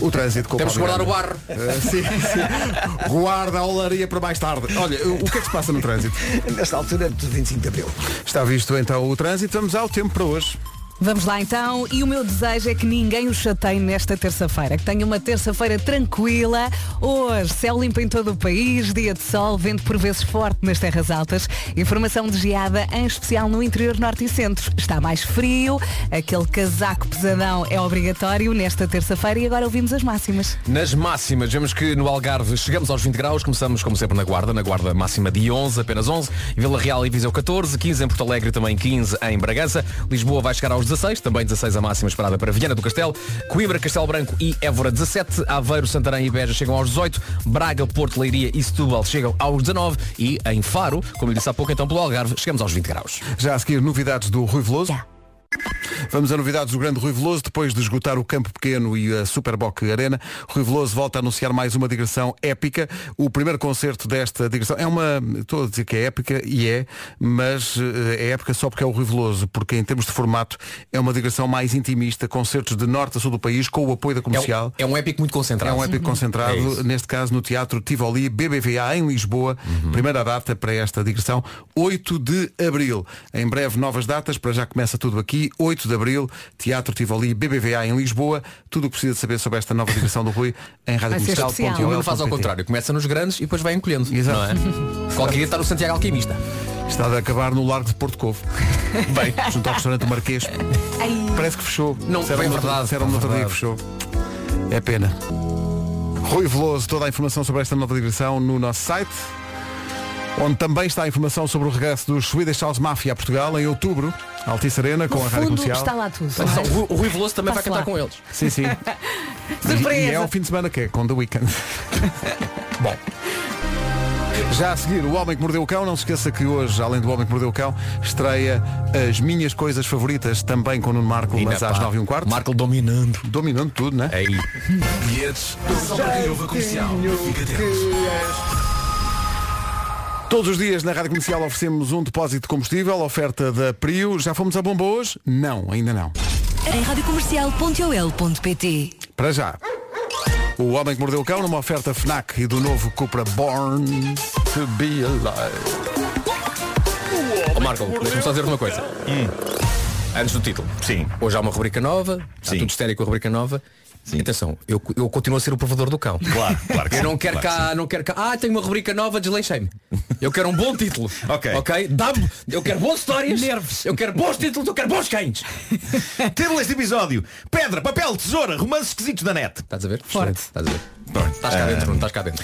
S1: O trânsito com o
S5: Temos que
S1: Paulo
S5: guardar o
S1: Miranda.
S5: barro.
S1: Eh, sim, sim. Guarda a olaria para mais tarde. Olha, o que é que se passa no trânsito?
S2: Nesta altura de 25 de Abril.
S1: Está visto então o trânsito. Vamos ao tempo para hoje.
S3: Vamos lá então, e o meu desejo é que ninguém o chateie nesta terça-feira, que tenha uma terça-feira tranquila. Hoje, céu limpo em todo o país, dia de sol, vento por vezes forte nas terras altas, informação de geada, em especial no interior norte e centro. Está mais frio, aquele casaco pesadão é obrigatório nesta terça-feira e agora ouvimos as máximas.
S5: Nas máximas, vemos que no Algarve chegamos aos 20 graus, começamos como sempre na Guarda, na Guarda máxima de 11, apenas 11, Vila Real e Viseu 14, 15 em Porto Alegre, também 15 em Bragança, Lisboa vai chegar aos 16, também 16 a máxima esperada para Viana do Castelo, Coimbra, Castelo Branco e Évora 17, Aveiro, Santarém e Beja chegam aos 18, Braga, Porto, Leiria e Setúbal chegam aos 19 e em Faro, como eu disse há pouco, então pelo Algarve, chegamos aos 20 graus. É um-
S1: Já a seguir, novidades do Rui Veloso. Vamos a novidades do grande Rui Veloso. Depois de esgotar o Campo Pequeno e a Superboc Arena, Rui Veloso volta a anunciar mais uma digressão épica. O primeiro concerto desta digressão é uma... Estou a dizer que é épica, e é, mas eh, é épica só porque é o Rui Veloso, porque em termos de formato é uma digressão mais intimista, concertos de norte a sul do país, com o apoio da
S5: É um,
S1: comercial.
S5: é um épico muito
S1: É
S5: concentrado.
S1: um épico concentrado,
S5: É isso.
S1: neste caso no Teatro Tivoli, BBVA em Lisboa,
S5: Uhum.
S1: primeira data para esta digressão, 8 de Abril. Em breve novas datas, para já começa tudo aqui, 8 de Abril, Teatro Tivoli, BBVA em Lisboa, tudo o que precisa de saber sobre esta nova digressão do Rui em
S3: ser especial.
S5: O Nuno faz ao
S1: radiocomercial.ol.pt.
S5: contrário, começa nos grandes e depois vai encolhendo.
S1: Exato.
S5: Não é? Qualquer dia está no Santiago Alquimista.
S1: Está a acabar no Largo de Porto Covo. Bem, junto ao restaurante Marquês. Parece que fechou.
S5: Não,
S1: disseram
S5: bem
S1: no outro-
S5: verdade,
S1: disseram no outro dia que fechou. É pena. Rui Veloso, toda a informação sobre esta nova digressão no nosso site. Onde também está a informação sobre o regresso dos Swedish House Mafia a Portugal em outubro, Altice Arena, com
S3: no
S1: a Rádio
S3: fundo
S1: Comercial.
S3: está lá tudo.
S5: Atenção, o Rui- o Rui Veloso também vai
S3: Passa
S5: cantar
S3: lá.
S5: com eles.
S1: Sim, sim. E, e é
S3: Surpresa!
S1: o fim de semana que é, com The Weekend. Bom. Já a seguir, o Homem que Mordeu o Cão, não se esqueça que hoje, além do Homem que Mordeu o Cão, estreia as minhas coisas favoritas também com o Nuno Marco, mas às 9 e um quarto.
S5: Marco dominando.
S1: Dominando tudo, né?
S5: Aí.
S1: Todos os dias na Rádio Comercial oferecemos um depósito de combustível, oferta da Prio. Já fomos à bomba hoje? Não, ainda não.
S4: Em radiocomercial.ol.pt
S1: Para já. O Homem que Mordeu o Cão numa oferta FNAC e do novo Cupra Born to be alive.
S5: Ó Marco, deixa-me só dizer uma coisa. Antes do título.
S7: Hum. Sim.
S5: Hoje há uma rubrica nova, está
S7: Sim.
S5: tudo histérico a rubrica nova.
S7: Sim.
S5: Atenção, eu, eu continuo a ser o provedor do cão.
S7: Claro, claro que
S5: Eu
S7: sim,
S5: não quero
S7: claro que
S5: cá, não quero cá. Ah, tenho uma rubrica nova, desleixei-me. Eu quero um bom título.
S7: Ok.
S5: Ok? Dá-me. Eu quero boas histórias. Nervos. Eu quero bons títulos, eu quero bons cães.
S7: Título deste episódio Pedra, papel, tesoura, romances esquisitos da net Eh,
S5: Estás a ver?
S3: Forte.
S5: Estás a ver?
S7: Pronto.
S5: Estás cá dentro, Bruno, estás cá dentro.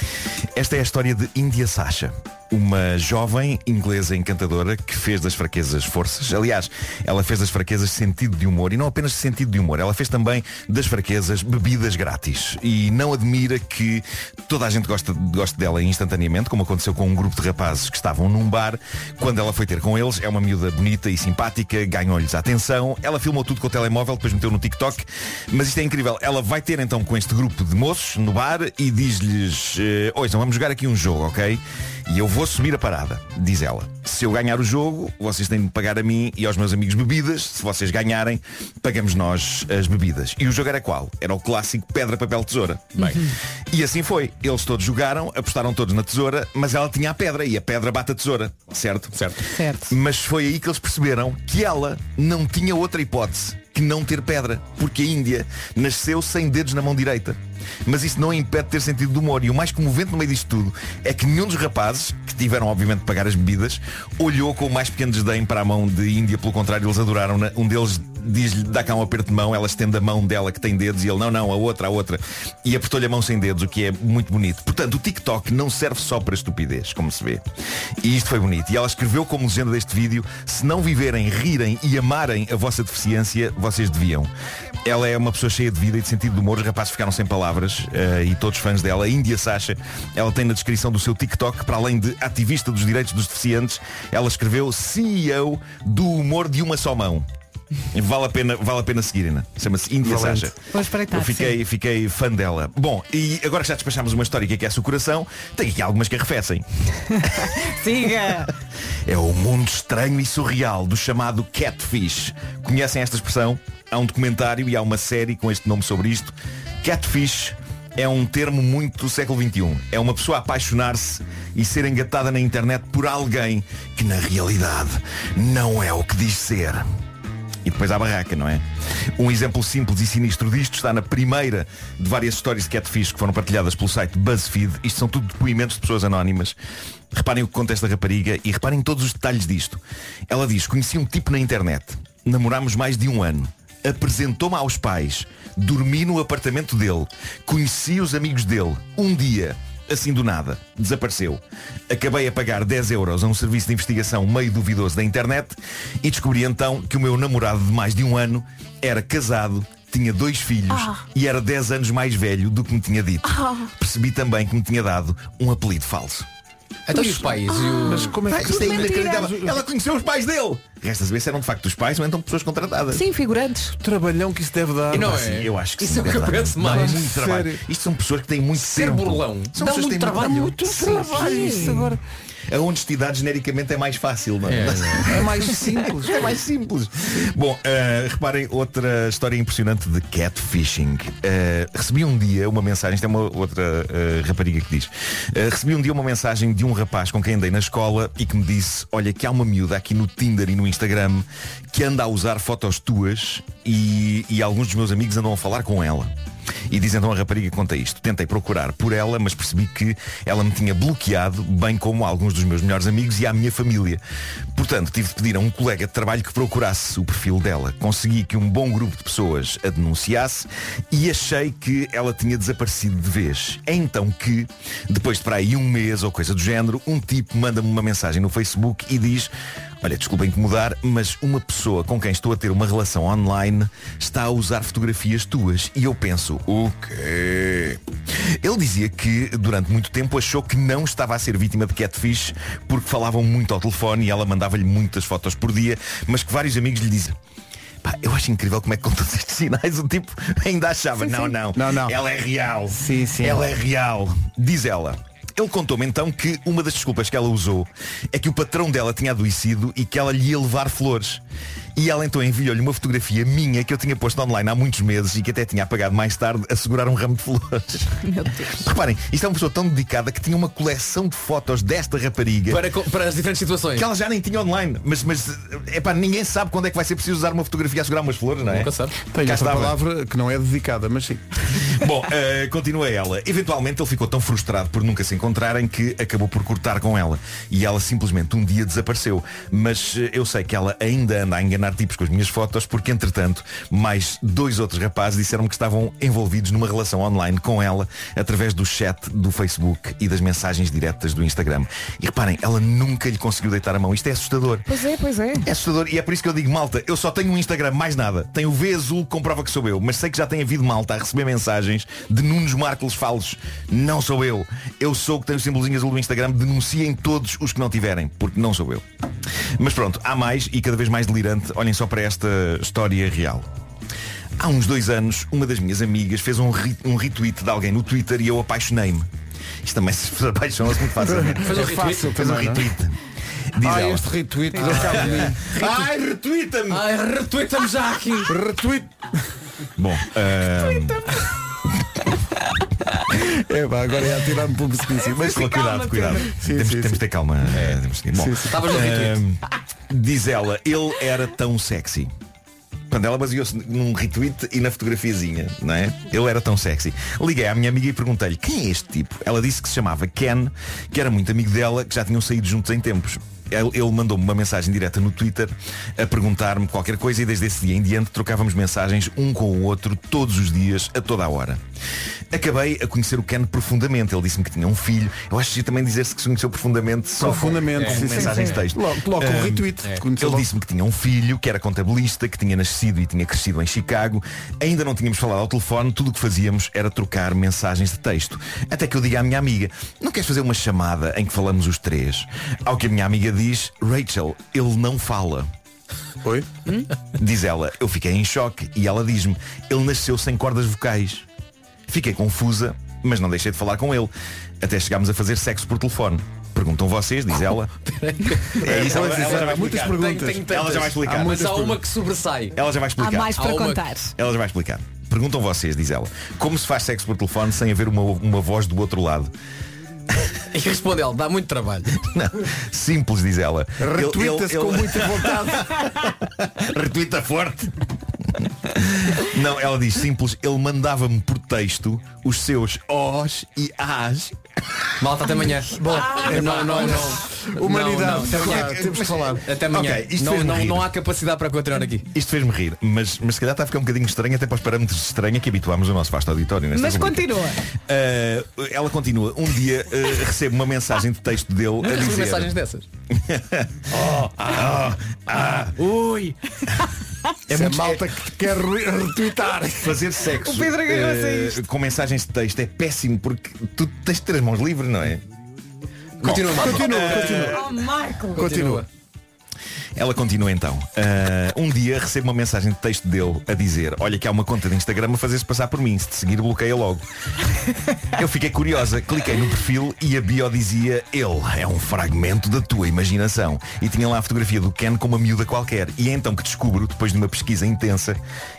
S7: Esta é a história de India Sasha, uma jovem inglesa encantadora que fez das fraquezas forças. Aliás, ela fez das fraquezas sentido de humor e não apenas sentido de humor, ela fez também das fraquezas bebidas grátis. E não admira que toda a gente goste, goste dela instantaneamente, como aconteceu com um grupo de rapazes que estavam num bar. Quando ela foi ter com eles, é uma miúda bonita e simpática, ganhou-lhes a atenção. Ela filmou tudo com o telemóvel, depois meteu no TikTok. Mas isto é incrível. Ela vai ter então com este grupo de moços no bar e diz-lhes, eh, ouçam, vamos jogar aqui um jogo, ok? E eu vou subir a parada, diz ela. Se eu ganhar o jogo, vocês têm de pagar a mim e aos meus amigos bebidas. Se vocês ganharem, pagamos nós as bebidas. E o jogo era qual? Era o clássico pedra, papel, tesoura. Bem. E assim foi. Eles todos jogaram, apostaram todos na tesoura, mas ela tinha a pedra e a pedra bate a tesoura. Certo? Certo.
S3: Certo.
S7: Mas foi aí que eles perceberam que ela não tinha outra hipótese que não ter pedra, porque a Índia nasceu sem dedos na mão direita. Mas isso não a impede de ter sentido de humor. E o mais comovente no meio disto tudo é que nenhum dos rapazes, que tiveram obviamente de pagar as bebidas, olhou com o mais pequeno desdém para a mão de Índia. Pelo contrário, eles adoraram-na. Um deles diz-lhe, dá cá um aperto de mão, ela estende a mão dela que tem dedos e ele, não, não, a outra, a outra. E apertou-lhe a mão sem dedos, o que é muito bonito. Portanto, o TikTok não serve só para estupidez, como se vê. E isto foi bonito. E ela escreveu como legenda deste vídeo, se não viverem, rirem e amarem a vossa deficiência, vocês deviam. Ela é uma pessoa cheia de vida e de sentido de humor, os rapazes ficaram sem palavras eh, e todos fãs dela. A Índia Sasha, ela tem na descrição do seu TikTok, para além de ativista dos direitos dos deficientes, ela escreveu CEO do humor de uma só mão. Vale a pena, vale a pena seguirem-na. Chama-se Índia
S1: Valente.
S7: Sasha.
S3: Vou espreitar,
S7: Eu fiquei, fiquei fã dela. Bom, e agora que já despachámos uma história que aquece o coração, tem aqui algumas que arrefecem.
S3: Siga!
S7: É o mundo estranho e surreal do chamado catfish. Conhecem esta expressão? Há um documentário e há uma série com este nome sobre isto. Catfish é um termo muito do século XXI. É uma pessoa apaixonar-se e ser engatada na internet por alguém que na realidade não é o que diz ser. E depois à barraca, não é? Um exemplo simples e sinistro disto está na primeira de várias histórias de catfish que foram partilhadas pelo site BuzzFeed. Isto são tudo depoimentos de pessoas anónimas. Reparem o que acontece da rapariga e reparem todos os detalhes disto. Ela diz, conheci um tipo na internet. Namorámos mais de um ano. Apresentou-me aos pais. Dormi no apartamento dele. Conheci os amigos dele. Um dia, assim do nada, desapareceu. Acabei a pagar 10 euros a um serviço de investigação meio duvidoso da internet e descobri então que o meu namorado de mais de um ano era casado, tinha dois filhos e era 10 anos mais velho do que me tinha dito. Percebi também que me tinha dado um apelido falso.
S5: Até os pais Então, e o...
S3: Ah.
S1: Mas como é que
S7: Isto é inacreditável. Ela conheceu os pais dele. Resta saber se eram de facto os pais ou então pessoas contratadas.
S3: Sim, figurantes.
S1: trabalhão que isso deve dar?
S5: E não
S7: Ah,
S5: é?
S7: sim, eu acho que
S5: Isso
S7: sim,
S5: é o que eu
S7: verdade.
S5: penso
S7: Dá
S5: mais.
S7: muito
S1: Sério.
S7: trabalho. Isto são pessoas que têm muito
S5: Ser
S7: tempo.
S5: burlão.
S7: São
S5: Dá
S7: pessoas que têm
S5: muito trabalho.
S7: muito trabalho.
S1: Isso agora
S7: A honestidade genericamente é mais fácil, não é?
S1: é mais simples.
S7: É mais simples. Bom, eh, reparem outra história impressionante de catfishing. Eh, recebi um dia uma mensagem, isto é uma outra eh, rapariga que diz. Eh, recebi um dia uma mensagem de um rapaz com quem andei na escola e que me disse, olha que há uma miúda aqui no Tinder e no Instagram que anda a usar fotos tuas e, e alguns dos meus amigos andam a falar com ela. E diz então a rapariga que conta isto. Tentei procurar por ela, mas percebi que ela me tinha bloqueado, bem como alguns dos meus melhores amigos e a minha família. Portanto, tive de pedir a um colega de trabalho que procurasse o perfil dela. Consegui que um bom grupo de pessoas a denunciasse e achei que ela tinha desaparecido de vez. É então que, depois de para aí um mês ou coisa do género, um tipo manda-me uma mensagem no Facebook e diz Olha, desculpa incomodar, mas uma pessoa com quem estou a ter uma relação online está a usar fotografias tuas. E eu penso, o quê? Ele dizia que durante muito tempo achou que não estava a ser vítima de catfish porque falavam muito ao telefone e ela mandava-lhe muitas fotos por dia, mas que vários amigos lhe dizem. Pá, eu acho incrível como é que com todos estes sinais o tipo ainda achava. não, não.
S1: Não, não.
S7: Ela é real.
S1: Sim, sim.
S7: Ela é real. Diz ela. Ele contou-me então que uma das desculpas que ela usou é que o patrão dela tinha adoecido e que ela lhe ia levar flores. E ela então enviou-lhe uma fotografia minha que eu tinha posto online há muitos meses e que até tinha apagado mais tarde a segurar um ramo de flores.
S3: Meu Deus.
S7: Reparem, isto é uma pessoa tão dedicada que tinha uma coleção de fotos desta rapariga
S5: Para, co- para as diferentes situações.
S7: que ela já nem tinha online. Mas, mas é pá, ninguém sabe quando é que vai ser preciso usar uma fotografia a segurar umas flores, não é?
S5: Nunca sabe.
S1: Tenho
S7: Cá
S1: essa
S7: estava.
S1: palavra que não é dedicada, mas sim.
S7: Bom, eh, continua ela. Eventualmente ele ficou tão frustrado por nunca se encontrarem que acabou por cortar com ela. E ela simplesmente um dia desapareceu. Mas eh, eu sei que ela ainda anda a enganar tipos com as minhas fotos porque, entretanto, mais dois outros rapazes disseram que estavam envolvidos numa relação online com ela através do chat do Facebook e das mensagens diretas do Instagram. E reparem, ela nunca lhe conseguiu deitar a mão. Isto é assustador.
S3: Pois é, pois é.
S7: É assustador e é por isso que eu digo, malta, eu só tenho um Instagram, mais nada. Tenho o V azul que comprova que sou eu, mas sei que já tem havido malta a receber mensagens de Nunos Marcos falsos. Não sou eu. Eu sou o que tem o símbolozinho azul do Instagram. Denunciem todos os que não tiverem, porque não sou eu. Mas pronto, há mais e cada vez mais delirante. Olhem só para esta história real. Há uns dois anos, uma das minhas amigas fez um, re- um retweet de alguém no Twitter e eu apaixonei-me. Isto também se apaixonou-se muito facilmente.
S5: Fez um
S1: É
S5: retweet.
S7: Fez um retweet. Diz
S1: Ah,
S7: ela.
S1: este retweet deu cabo de mim.
S7: Ai, retweeta-me!
S5: Ai, retuitamos já aqui.
S1: Retweet.
S7: Bom,
S1: Então,
S7: ehm, ahm,
S1: É pá, agora é a tirar-me pelo precipício. Mas
S7: mas
S1: sim.
S7: com cuidado, cuidado.
S1: Sim,
S7: temos,
S1: sim,
S7: temos
S1: sim.
S7: de ter calma. eh, temos de- Bom,
S5: Estavas no retweet.
S7: ahm, diz ela, ele era tão sexy. Quando ela baseou-se num retweet e na fotografiazinha, não é? Ele era tão sexy. Liguei à minha amiga e perguntei-lhe quem é este tipo. Ela disse que se chamava Ken, que era muito amigo dela, que já tinham saído juntos em tempos. Ele ele mandou-me uma mensagem direta no Twitter a perguntar-me qualquer coisa e desde esse dia em diante trocávamos mensagens um com o outro todos os dias, a toda a hora. Acabei a conhecer o Ken profundamente. Ele disse-me que tinha um filho. Eu acho que também dizer-se que se conheceu profundamente só com-
S1: Profundamente,
S7: com,
S5: É,
S1: sim, sim,
S7: mensagens
S1: sim.
S7: de texto. Ah,
S1: Logo, logo com o
S7: Ahm,
S1: retweet. Conheceu
S7: ele
S1: logo.
S7: disse-me que tinha um filho, que era contabilista, que tinha nascido e tinha crescido em Chicago. Ainda não tínhamos falado ao telefone, tudo o que fazíamos era trocar mensagens de texto. Até que eu diga à minha amiga, não queres fazer uma chamada em que falamos os três? Ao que a minha amiga diz, Rachel, ele não fala. Hum?
S1: Oi?
S7: Diz ela, eu fiquei em choque e ela diz-me, ele nasceu sem cordas vocais. Fiquei confusa, mas não deixei de falar com ele. Até chegámos a fazer sexo por telefone. Perguntam vocês, diz ela. é isso, ela, ela já vai
S1: Há muitas
S7: explicar.
S1: perguntas.
S7: Ela já vai explicar.
S5: Mas há uma que sobressai.
S7: Ela já vai
S3: Há
S7: explicar.
S3: mais para
S5: Há uma-
S3: contar.
S7: Ela já vai explicar. Perguntam vocês, diz ela, como se faz sexo por telefone sem haver uma, uma voz do outro lado?
S5: E responde ele, dá muito trabalho.
S7: Não. Simples, diz ela. Ele-
S1: Retweeta-se
S7: ele-
S1: com
S7: ele-
S1: muita vontade.
S7: Retuita forte. Não, ela diz simples, ele mandava-me por texto os seus Os e As.
S5: Malta até amanhã. Bom, não, não, não.
S1: Humanidade,
S5: Não, não, até amanhã.
S1: claro, temos que falar.
S5: Até amanhã.
S7: Ok, isto
S5: não,
S7: fez-me
S5: não,
S7: rir.
S5: não há capacidade para continuar aqui.
S7: Isto fez-me rir, mas, mas se calhar está a ficar um bocadinho estranho até para os parâmetros de estranha que habituámos o nosso vasto auditório. Nesta
S3: Mas
S7: rubrica.
S3: continua.
S7: Ah, ela continua. Um dia ah, recebo uma mensagem de texto dele a
S5: Recebo
S7: dizer.
S5: mensagens dessas.
S3: Oh,
S7: Ui! É muito
S1: Malta que quer re- retweetar.
S7: Fazer sexo
S3: O Pedro agarrou-se a
S7: eh, com mensagens de texto é péssimo porque tu tens de ter as mãos livres, não é?
S5: Continua,
S7: Bom,
S5: Marco.
S3: Oh, Marco.
S1: Continua.
S7: Ela continua então. Ah, um dia recebo uma mensagem de texto dele a dizer Olha que há uma conta de Instagram a fazer-se passar por mim. Se te seguir, bloqueia logo. Eu fiquei curiosa, cliquei no perfil e a bio dizia Ele é um fragmento da tua imaginação. E tinha lá a fotografia do Ken com uma miúda qualquer. E é então que descubro, depois de uma pesquisa intensa,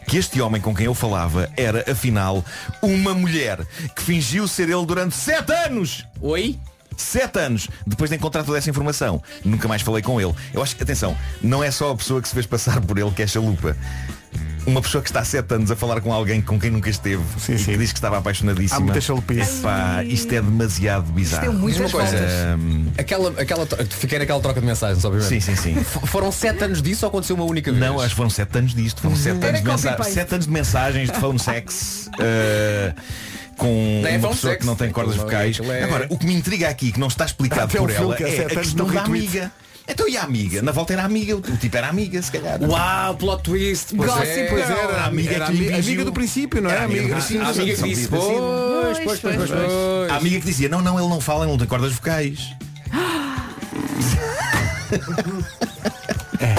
S7: que este homem com quem eu falava era, afinal, uma mulher que fingiu ser ele durante sete anos.
S5: Oi?
S7: Sete anos depois de encontrar toda essa informação. Nunca mais falei com ele. Eu acho que, atenção, não é só a pessoa que se fez passar por ele que é chalupa. Uma pessoa que está há sete anos a falar com alguém com quem nunca esteve e
S1: sim.
S7: que diz que estava apaixonadíssima.
S1: Há muita chalupice.
S7: Epá, isto é demasiado bizarro.
S3: Deu muitas
S5: Diz uma coisa.
S3: voltas.
S7: Ahm,
S5: Aquela, aquela, tro- fiquei naquela troca de mensagens, obviamente.
S7: sim, sim, sim.
S5: F- Foram sete anos disso ou aconteceu uma única vez?
S7: Não, acho que foram sete anos disto. Foram sete,
S3: Era
S7: anos de, mensa-
S3: copy-paste.
S7: sete anos de mensagens de phone sex. eh, com
S5: Não é
S7: uma
S5: phone
S7: pessoa
S5: sex.
S7: que não tem cordas
S5: Aquilo é-
S7: vocais.
S5: aquilo é-
S7: Agora, o que me intriga aqui, que não está explicado
S1: Até o
S7: por
S1: filme
S7: ela,
S1: que é
S7: é a
S1: sete anos
S7: questão
S1: no
S7: da
S1: retweet.
S7: amiga. Então e a amiga? Na volta era amiga, o tipo era amiga, se calhar.
S5: Uau, plot twist. Pois
S3: Gossip
S5: é.
S3: girl.
S1: Assim, Pois era,
S7: a amiga
S1: era
S7: que lhe
S1: ami-
S7: fingiu-
S1: amiga do princípio, não é?
S7: Era amiga do
S1: Amiga
S7: princípio.
S5: A amiga que
S7: São
S5: disse,
S7: Pedro, assim.
S5: pois, pois, pois, pois, pois.
S7: A amiga que dizia, não, não, ele não fala, ele não tem cordas vocais. É.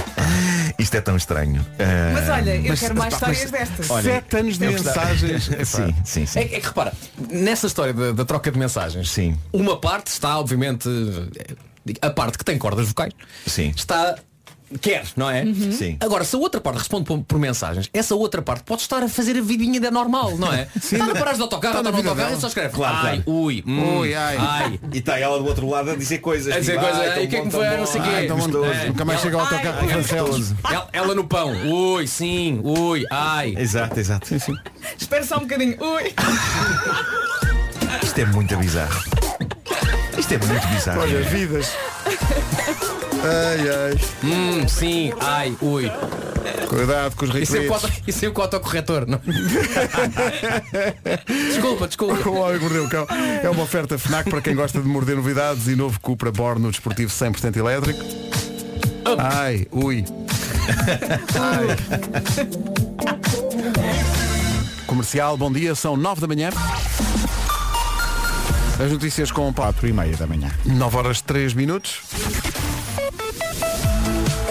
S7: Isto é tão estranho. Ah,
S3: Mas olha, eu
S1: Mas-
S3: quero mais
S1: pá, mas-
S3: histórias destas.
S7: Olha,
S1: Sete anos de
S7: eu gostava-
S1: mensagens. Assim. Epá.
S7: sim, sim, sim.
S5: É, é que repara, nessa história da, da troca de mensagens,
S7: Sim.
S5: uma parte está, obviamente, a parte que tem cordas vocais,
S7: Sim.
S5: está quer, não é?
S7: Sim.
S5: Agora, se a outra parte responde por, por mensagens, essa outra parte pode estar a fazer a vidinha da normal, não é? Sim. Está na paragem do autocarro,
S1: Está na
S5: está no
S1: vida
S5: autocarro
S1: dela.
S5: e só escreve
S7: Claro,
S5: ai, ui, hum,
S1: Ui, ai.
S7: E está ela do outro lado a dizer coisas.
S5: A dizer
S7: tipo,
S5: coisas,
S7: "Ai,
S5: ai,
S7: tão
S5: o que é
S7: bom,
S5: que
S7: tão
S5: foi?
S7: bom,
S5: Não sei o quê."
S7: ai,
S1: Então,
S7: gostoso." É.
S1: onde- nunca mais chega ao autocarro com Francelos.
S5: Ela, ela no pão, ui, sim, ui, ai.
S7: Exato, exato.
S3: Espera só um bocadinho. Ui.
S7: Isto é muito bizarro. Isto é muito bizarro.
S1: Olha, vidas. Ai,
S5: Hum, sim, ai, ui.
S1: ai. Cuidado com os
S5: E sempre, com o
S1: ricos.
S5: auto- e sempre com o autocorretor, não? desculpa, desculpa.
S1: Com o homem que mordeu o cão. É uma oferta FNAC para quem gosta de morder novidades e novo Cupra Born no desportivo 100% elétrico. Ai, ui. Ai. Comercial, bom dia, são 9 da manhã. As notícias com 4 e meia da manhã. 9 horas 3 minutos.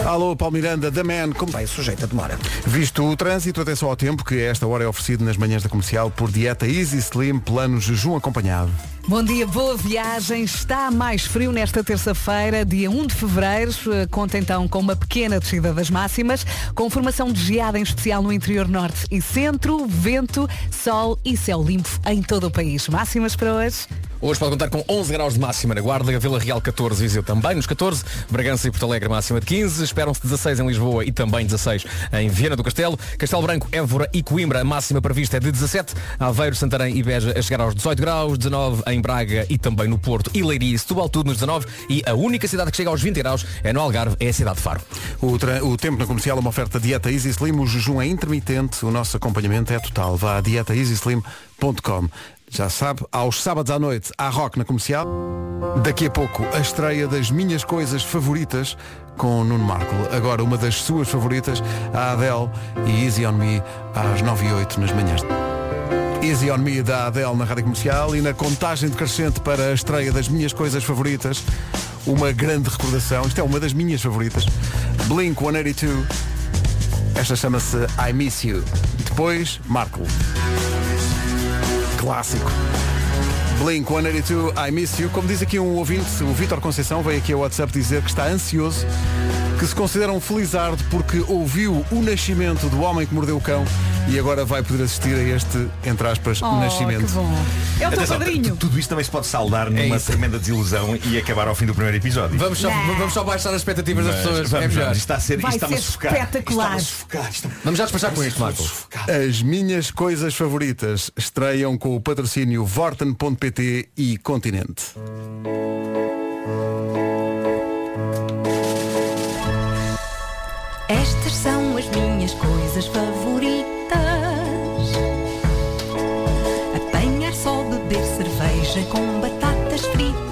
S1: Alô, Paulo Miranda, da Man, como
S2: Bem, sujeito a demora.
S1: Visto o trânsito, atenção ao tempo, que a esta hora é oferecido nas manhãs da comercial por Dieta Easy Slim, plano jejum acompanhado.
S3: Bom dia, boa viagem. Está mais frio nesta terça-feira, dia 1 de fevereiro. Eh, Conta então com uma pequena descida das máximas, com formação de geada em especial no interior norte e centro, vento, sol e céu limpo em todo o país. Máximas para hoje?
S5: Hoje pode contar com 11 graus de máxima na Guarda, Vila Real 14, Viseu também nos 14, Bragança e Porto Alegre máxima de 15, esperam-se 16 em Lisboa e também 16 em Viana do Castelo, Castelo Branco, Évora e Coimbra, a máxima prevista é de 17, Aveiro, Santarém e Beja a chegar aos 18 graus, 19 em Braga e também no Porto e Leiria e Setúbal, tudo nos 19 e a única cidade que chega aos 20 graus é no Algarve, é a cidade de Faro.
S1: O, tra- o tempo na comercial é uma oferta Dieta Easy Slim, o jejum é intermitente, o nosso acompanhamento é total. Vá a dietaeasyslim.com. Já sabe, aos sábados à noite, há rock na comercial. Daqui a pouco, a estreia das minhas coisas favoritas com o Nuno Marco. Agora, uma das suas favoritas, a Adele e Easy On Me, às 9 e 8 nas manhãs. Easy On Me da Adele na Rádio Comercial e na contagem decrescente para a estreia das minhas coisas favoritas, uma grande recordação, isto é uma das minhas favoritas, Blink 182, esta chama-se I Miss You. Depois, Marco. Clássico. Blink 182, I Miss You. Como diz aqui um ouvinte, o Vítor Conceição veio aqui ao WhatsApp dizer que está ansioso, que se considera um felizardo porque ouviu o nascimento do homem que mordeu o cão e agora vai poder assistir a este, entre aspas,
S3: Oh,
S1: nascimento.
S3: que bom. É o teu
S7: Atenção,
S3: padrinho.
S7: tu- Tudo isto também se pode saldar numa
S5: É isso.
S7: tremenda desilusão e acabar ao fim do primeiro episódio.
S5: Vamos só,
S3: Não.
S5: vamos só baixar as expectativas das
S7: Mas
S5: pessoas.
S7: vamos,
S5: é melhor.
S7: vamos. Isto está a ser,
S3: Vai
S7: isto está a
S3: ser
S7: sufocar.
S3: espetacular.
S7: Isto está a sufocar.
S5: Vamos já despachar com isto, Marco.
S1: As minhas coisas favoritas estreiam com o patrocínio Vorten.pt e Continente.
S4: Estas são as minhas coisas favoritas. Apanhar só, beber cerveja com batatas fritas.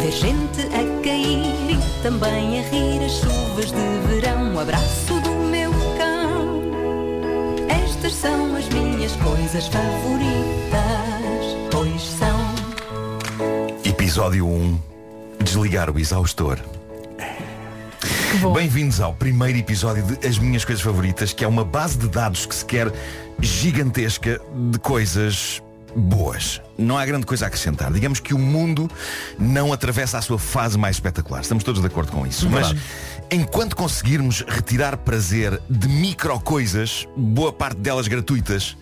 S4: Ver gente a cair e também a rir as chuvas de verão. O abraço do meu cão. Estas são as minhas coisas favoritas, pois são.
S7: Episódio 1 Desligar o exaustor Bem-vindos ao primeiro episódio de As Minhas Coisas Favoritas Que é uma base de dados que se quer gigantesca de coisas boas Não há grande coisa a acrescentar Digamos que o mundo não atravessa a sua fase mais espetacular Estamos todos de acordo com isso Mas enquanto conseguirmos retirar prazer de micro coisas Boa parte delas gratuitas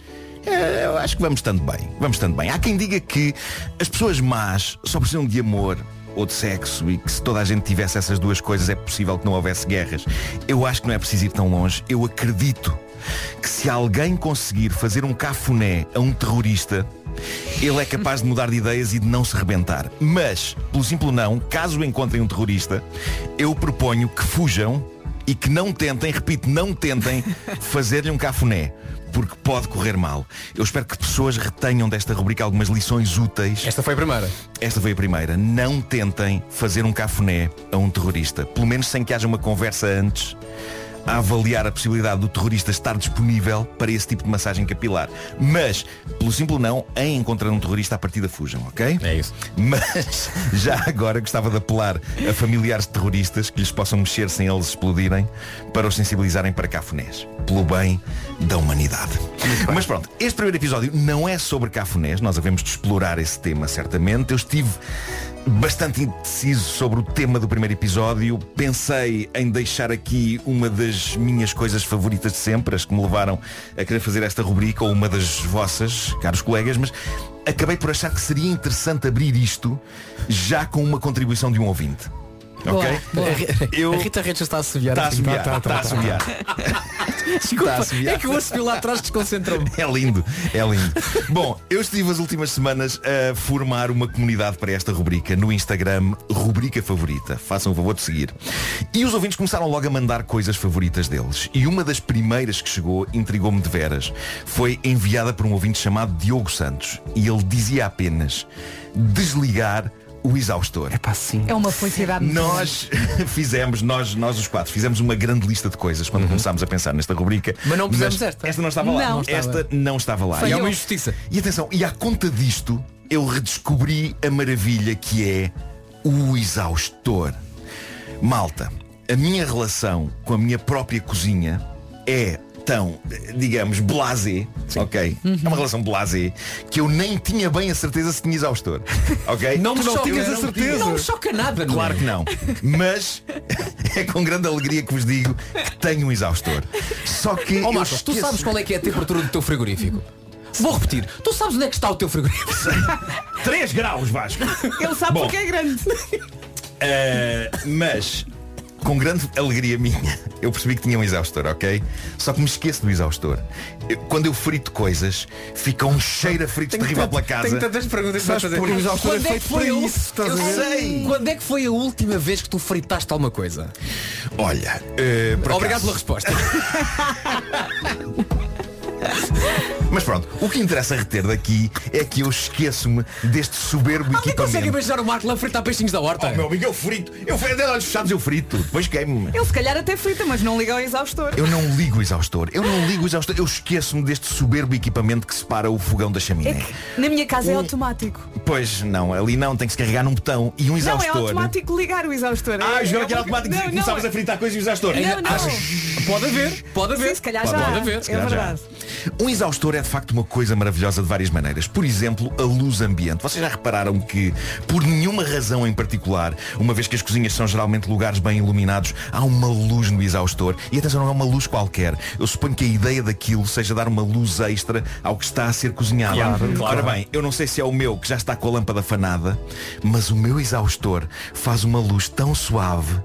S7: é, Eu acho que vamos tanto bem. Vamos tanto bem. Há quem diga que as pessoas más só precisam de amor ou de sexo e que se toda a gente tivesse essas duas coisas é possível que não houvesse guerras. Eu acho que não é preciso ir tão longe. Eu acredito que se alguém conseguir fazer um cafuné a um terrorista, ele é capaz de mudar de ideias e de não se rebentar. Mas, pelo simples não, caso encontrem um terrorista, eu proponho que fujam e que não tentem, repito, não tentem fazer-lhe um cafuné. Porque pode correr mal. Eu espero que pessoas retenham desta rubrica algumas lições úteis.
S5: Esta foi a primeira.
S7: Esta foi a primeira. Não tentem fazer um cafuné a um terrorista. Pelo menos sem que haja uma conversa antes a avaliar a possibilidade do terrorista estar disponível para esse tipo de massagem capilar. Mas, pelo simples não, em encontrar um terrorista, à partida fujam, ok?
S5: É isso.
S7: Mas já agora gostava de apelar a familiares de terroristas que lhes possam mexer sem eles explodirem para os sensibilizarem para cafunés. Pelo bem da humanidade. Mas pronto, este primeiro episódio não é sobre cafunés, nós havemos de explorar esse tema certamente. Eu estive bastante indeciso sobre o tema do primeiro episódio. Pensei em deixar aqui uma das minhas coisas favoritas de sempre, as que me levaram a querer fazer esta rubrica, ou uma das vossas, caros colegas, mas acabei por achar que seria interessante abrir isto já com uma contribuição de um ouvinte.
S3: Boa,
S7: ok?
S3: boa.
S7: Eu...
S5: A Rita Redes está a assobiar.
S7: Está a
S5: assim.
S7: assobiar,
S5: Tá, tá,
S7: está a
S5: tá, tá.
S7: assobiar.
S5: Desculpa,
S7: Está a assobiar.
S5: é que o assobio lá atrás desconcentrou-me.
S7: É lindo, é lindo. Bom, eu estive as últimas semanas a formar uma comunidade para esta rubrica no Instagram, rubrica favorita. Façam o favor de seguir. E os ouvintes começaram logo a mandar coisas favoritas deles. E uma das primeiras que chegou intrigou-me de veras. Foi enviada por um ouvinte chamado Diogo Santos. E ele dizia apenas desligar o exaustor.
S3: É uma felicidade. muito grande.
S7: Nós fizemos, nós, nós os quatro, fizemos uma grande lista de coisas quando começámos a pensar nesta rubrica.
S5: Uhum. Mas não pusemos esta.
S7: Esta não estava lá.
S3: Não.
S7: Esta não estava lá.
S5: E é
S7: E,
S5: uma injustiça.
S7: e atenção, e à conta disto, eu redescobri a maravilha que é o exaustor. Malta, a minha relação com a minha própria cozinha é tão, digamos, blasé, ok?
S5: Uhum.
S7: É uma relação blasé que eu nem tinha bem a certeza se tinha exaustor, ok?
S5: Não me choca,
S1: tinhas a
S5: não-
S1: certeza.
S5: Não me choca nada. não é?
S7: Claro que não. Mas é com grande alegria que vos digo que tenho um exaustor. Só que.
S5: Ó
S7: eu
S5: Oh, Marcos, tu
S7: esqueço-
S5: sabes qual é que é a temperatura do teu frigorífico? Vou repetir, tu sabes onde é que está o teu frigorífico?
S7: 3 graus, Vasco.
S3: Ele sabe
S7: Bom.
S3: porque é grande.
S7: Eh, mas, com grande alegria minha, eu percebi que tinha um exaustor, ok? Só que me esqueço do exaustor. Eu- quando eu frito coisas, fica um cheiro a frito terrível pela casa.
S5: perguntas
S1: Sabes que o exaustor é
S5: Quando é que
S1: feito
S5: foi
S1: para
S5: a ul-
S1: isso, estás
S5: Eu
S1: a ver?
S5: sei. Quando é que foi a última vez que tu fritaste alguma coisa?
S7: Olha, eh, por
S5: Obrigado
S7: acaso-
S5: pela resposta.
S7: Mas pronto, o que interessa reter daqui é que eu esqueço-me deste soberbo
S5: Alguém consegue
S7: equipamento.
S5: imaginar o Marco lá a fritar peixinhos da horta?
S7: Oh, meu amigo, eu frito. Eu fui até olhos fechados, eu frito. Depois queimo-me.
S3: Ele se calhar até frita, mas não liga ao exaustor.
S7: Eu não ligo o exaustor. Eu não ligo o exaustor. Eu esqueço-me deste soberbo equipamento que separa o fogão da chaminé.
S3: É que na minha casa é automático.
S7: Pois não, ali não. Tem que se carregar num botão. E um
S3: Não, é
S7: exaustor.
S3: automático ligar o exaustor.
S7: Ah,
S3: É-
S7: eu jurava
S3: é
S7: que era
S3: uma-
S7: automático.
S3: Não, não, é.
S7: Começavas a fritar coisas e o exaustor.
S3: Não, não.
S5: Pode haver, pode haver.
S3: Sim, se calhar
S5: pode
S3: já.
S5: haver.
S3: É
S7: calhar já.
S3: verdade.
S7: Um exaustor é de facto uma coisa maravilhosa de várias maneiras. Por exemplo, a luz ambiente. Vocês já repararam que, por nenhuma razão em particular, uma vez que as cozinhas são geralmente lugares bem iluminados, há uma luz no exaustor. E atenção, não é uma luz qualquer. Eu suponho que a ideia daquilo seja dar uma luz extra ao que está a ser cozinhado. Ora bem, eu não sei se é o meu que já está com a lâmpada fanada, mas o meu exaustor faz uma luz tão suave,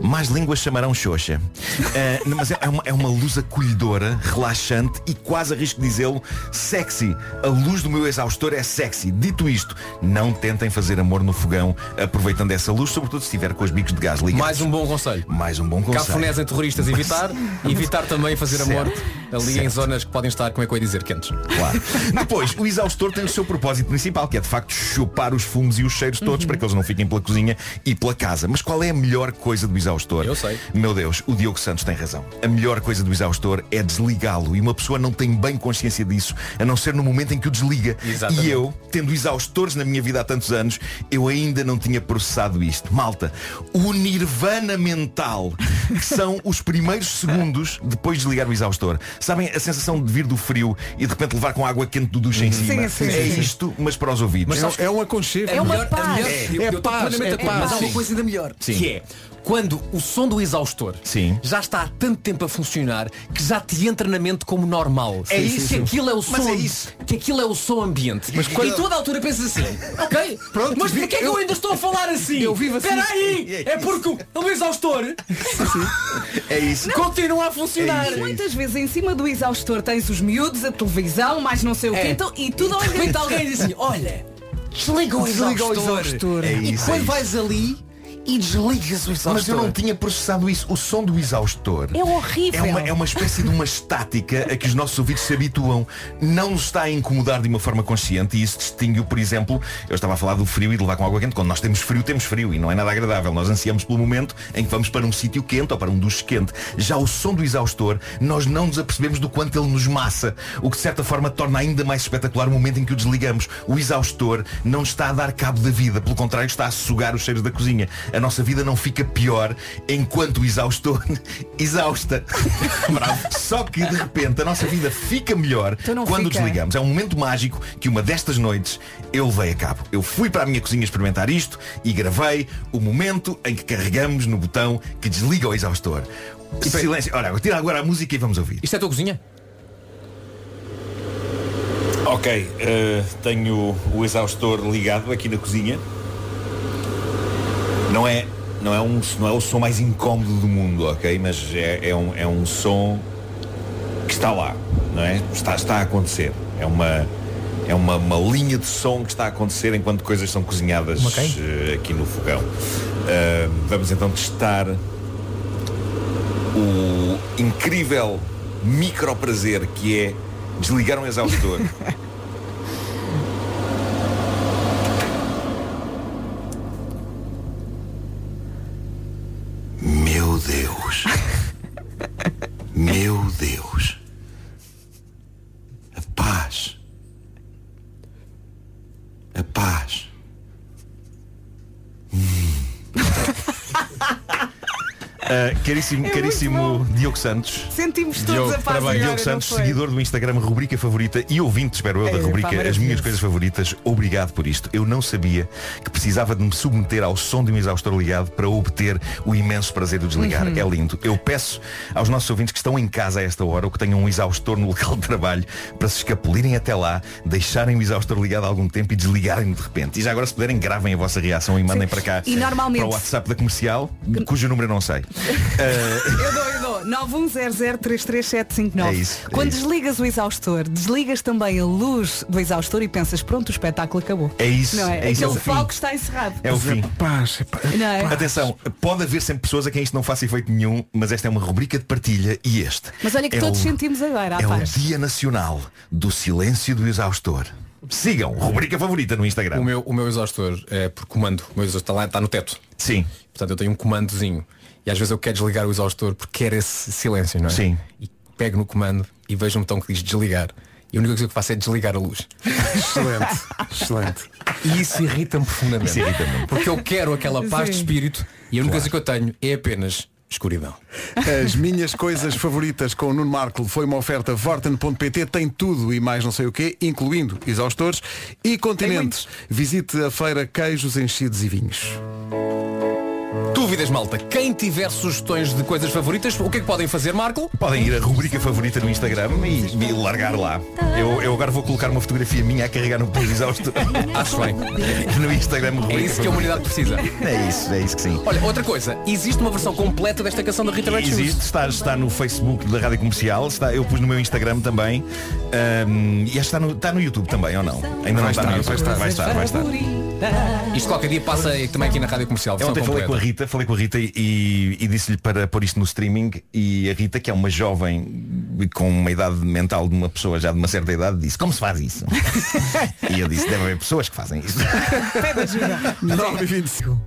S7: mais línguas chamarão xoxa. Eh, não, mas é é uma, é uma luz acolhedora, relaxante e quase arrisco dizê-lo, sexy. A luz do meu exaustor é sexy. Dito isto, não tentem fazer amor no fogão aproveitando essa luz, sobretudo se estiver com os bicos de gás ligados.
S5: Mais um bom conselho.
S7: Mais um bom conselho.
S5: Cafonés em terroristas evitar, evitar também fazer a
S7: Certo.
S5: morte ali em
S7: Certo.
S5: zonas que podem estar, como é que eu ia dizer, quentes.
S7: Claro. Depois, o exaustor tem o seu propósito principal, que é de facto chupar os fumos e os cheiros
S5: Uhum.
S7: todos para que eles não fiquem pela cozinha e pela casa. Mas qual é a melhor coisa do exaustor?
S5: Eu sei.
S7: Meu Deus, o Diogo Santos tem razão. A melhor coisa do exaustor é desligá-lo e uma pessoa não tem bem consciência disso, a não ser no momento em que o desliga.
S5: Exatamente.
S7: E eu, tendo exaustores na minha vida há tantos anos, eu ainda não tinha processado isto. Malta, o nirvana mental, que são os primeiros segundos depois de ligar o exaustor. Sabem a sensação de vir do frio e de repente levar com água quente do duche em cima?
S3: sim,
S7: é
S3: sim, sim.
S7: isto, mas para os ouvidos.
S1: É, um- é um aconchego.
S3: É uma
S5: a
S3: paz.
S5: melhor- eu-
S1: É
S5: eu tô
S1: paz,
S5: plenamente
S1: é
S5: a par.
S1: paz.
S5: Mas há uma
S1: Sim.
S5: coisa ainda melhor,
S7: Sim.
S5: que é quando o som do exaustor
S7: Sim.
S5: já está há tanto tempo a funcionar que já te entra na mente como normal. é isso que aquilo é o som.
S7: é isso.
S5: Que aquilo é o som ambiente. Mas E toda a altura pensas assim, ok?
S1: Pronto,
S5: mas porquê é que eu,
S1: eu-
S5: ainda estou a falar assim?
S1: Eu vivo assim.
S5: Espera aí! É porque o o exaustor
S7: É isso.
S5: continua a
S7: É
S3: É
S5: funcionar.
S3: Muitas vezes em cima do exaustor tens os miúdos, a televisão, mais não sei o quê,
S5: É.
S3: então, e tudo ao
S5: De repente
S3: invés.
S5: alguém diz assim, olha, desliga o
S1: Desliga o
S5: exaustor.
S1: exaustor.
S7: É
S5: E
S7: isso,
S5: quando
S7: é isso.
S5: vais ali e desligas o exaustor.
S7: Mas eu não tinha processado isso. O som do exaustor
S3: É horrível.
S7: É uma, é uma espécie de uma estática a que os nossos ouvidos se habituam. Não nos está a incomodar de uma forma consciente e isso distingue-o, por exemplo, eu estava a falar do frio e de levar com água quente. Quando nós temos frio, temos frio e não é nada agradável. Nós ansiamos pelo momento em que vamos para um sítio quente ou para um duche quente. Já o som do exaustor, nós não nos apercebemos do quanto ele nos massa, o que de certa forma torna ainda mais espetacular o momento em que o desligamos. O exaustor não está a dar cabo da vida, pelo contrário, está a sugar os cheiros da cozinha. A nossa vida não fica pior enquanto o exaustor exausta. Bravo. Só que de repente a nossa vida fica melhor
S3: Então não
S7: quando
S3: fica.
S7: desligamos. É um momento mágico que uma destas noites eu levei a cabo. Eu fui para a minha cozinha experimentar isto e gravei o momento em que carregamos no botão que desliga o exaustor. Silêncio. Olha, tira agora a música e vamos ouvir.
S5: Isto é a tua cozinha?
S7: Ok, eh, tenho o exaustor ligado aqui na cozinha. Não é, não é, um, não é o som mais incómodo do mundo, ok? Mas é, é um, é um som que está lá, não é? Está, está a acontecer. É uma, é uma, uma linha de som que está a acontecer enquanto coisas são cozinhadas
S5: Ok.
S7: eh, aqui no fogão. Eh, vamos então testar o incrível micro prazer que é desligar um exaustor. Meu Deus. Meu Deus. A paz. A paz. Eh,
S3: É
S7: caríssimo caríssimo Diogo Santos.
S3: Sentimos todos
S7: Diogo,
S3: a paz
S7: parabéns.
S3: agora,
S7: Diogo
S3: não
S7: Santos,
S3: foi?
S7: seguidor do Instagram Rubrica Favorita e ouvinte, espero eu,
S3: É,
S7: da
S3: pá,
S7: rubrica As
S3: maravilhoso.
S7: Minhas Coisas Favoritas. Obrigado por isto. Eu não sabia que precisava de me submeter ao som de um exaustor ligado para obter o imenso prazer de desligar.
S3: Uhum.
S7: É lindo. Eu peço aos nossos ouvintes que estão em casa a esta hora ou que tenham um exaustor no local de trabalho para se escapulirem até lá, deixarem o exaustor ligado algum tempo e desligarem de repente. E já agora, se puderem, gravem a vossa reação e mandem para cá
S3: E normalmente-
S7: para o WhatsApp da comercial, cujo número eu não sei.
S3: Eu dou, eu dou. 910033759.
S7: É isso, é
S3: Quando
S7: isso.
S3: desligas o exaustor, desligas também a luz do exaustor e pensas, pronto, o espetáculo acabou.
S7: É isso,
S3: Não é?
S7: é isso, é
S3: Aquele
S7: o fim.
S3: palco está encerrado.
S7: É o fim.
S1: Paz, é paz.
S3: Não é?
S7: Atenção, pode haver sempre pessoas a quem isto não faça efeito nenhum, mas esta é uma rubrica de partilha e este.
S3: Mas olha que
S7: é
S3: todos
S7: o-
S3: sentimos agora,
S7: É
S3: rapaz.
S7: o Dia Nacional do Silêncio do Exaustor. Sigam, rubrica favorita no Instagram.
S5: O meu, o meu exaustor é por comando. O meu exaustor está, lá, está no teto.
S7: Sim.
S5: Portanto, eu tenho um comandozinho. E às vezes eu quero desligar o exaustor porque quero esse silêncio, não é?
S7: Sim.
S5: E pego no comando e vejo um botão que diz desligar. E a única coisa que faço é desligar a luz.
S1: Excelente, excelente.
S5: E isso irrita-me profundamente.
S7: Isso irrita-me.
S5: Porque eu quero aquela paz de espírito e a única coisa que eu tenho é apenas escuridão.
S1: As minhas coisas favoritas com o Nuno Marco foi uma oferta vorten.pt, tem tudo e mais não sei o quê, incluindo exaustores e continentes. Visite a feira Queijos, Enchidos e Vinhos.
S5: Dúvidas, malta. Quem tiver sugestões de coisas favoritas, o que é que podem fazer, Marco?
S7: Podem ir à rubrica favorita no Instagram e me largar lá. Eu, eu agora vou colocar uma fotografia minha a carregar no plug exausto
S5: Acho bem.
S7: no Instagram.
S5: É
S7: rubrica
S5: isso que a
S7: favorita.
S5: humanidade precisa.
S7: É isso, é isso que sim.
S5: Olha, outra coisa, existe uma versão completa desta canção da Rita Red Shoes.
S7: Existe, está, está no Facebook da Rádio Comercial, está, eu pus no meu Instagram também ahm, e acho que está no, está no YouTube também, ou não? Ainda não está no YouTube. Vai estar, vai estar.
S5: Isto qualquer dia passa aí também aqui na Rádio Comercial.
S7: Eu
S5: versão
S7: É ontem falei com a
S5: completa.
S7: Rita, falei com a Rita e, e disse-lhe para pôr isto no streaming e a Rita, que é uma jovem com uma idade mental de uma pessoa já de uma certa idade, disse como se faz isso? e eu disse, deve haver pessoas que fazem isso.
S1: 9 e 25.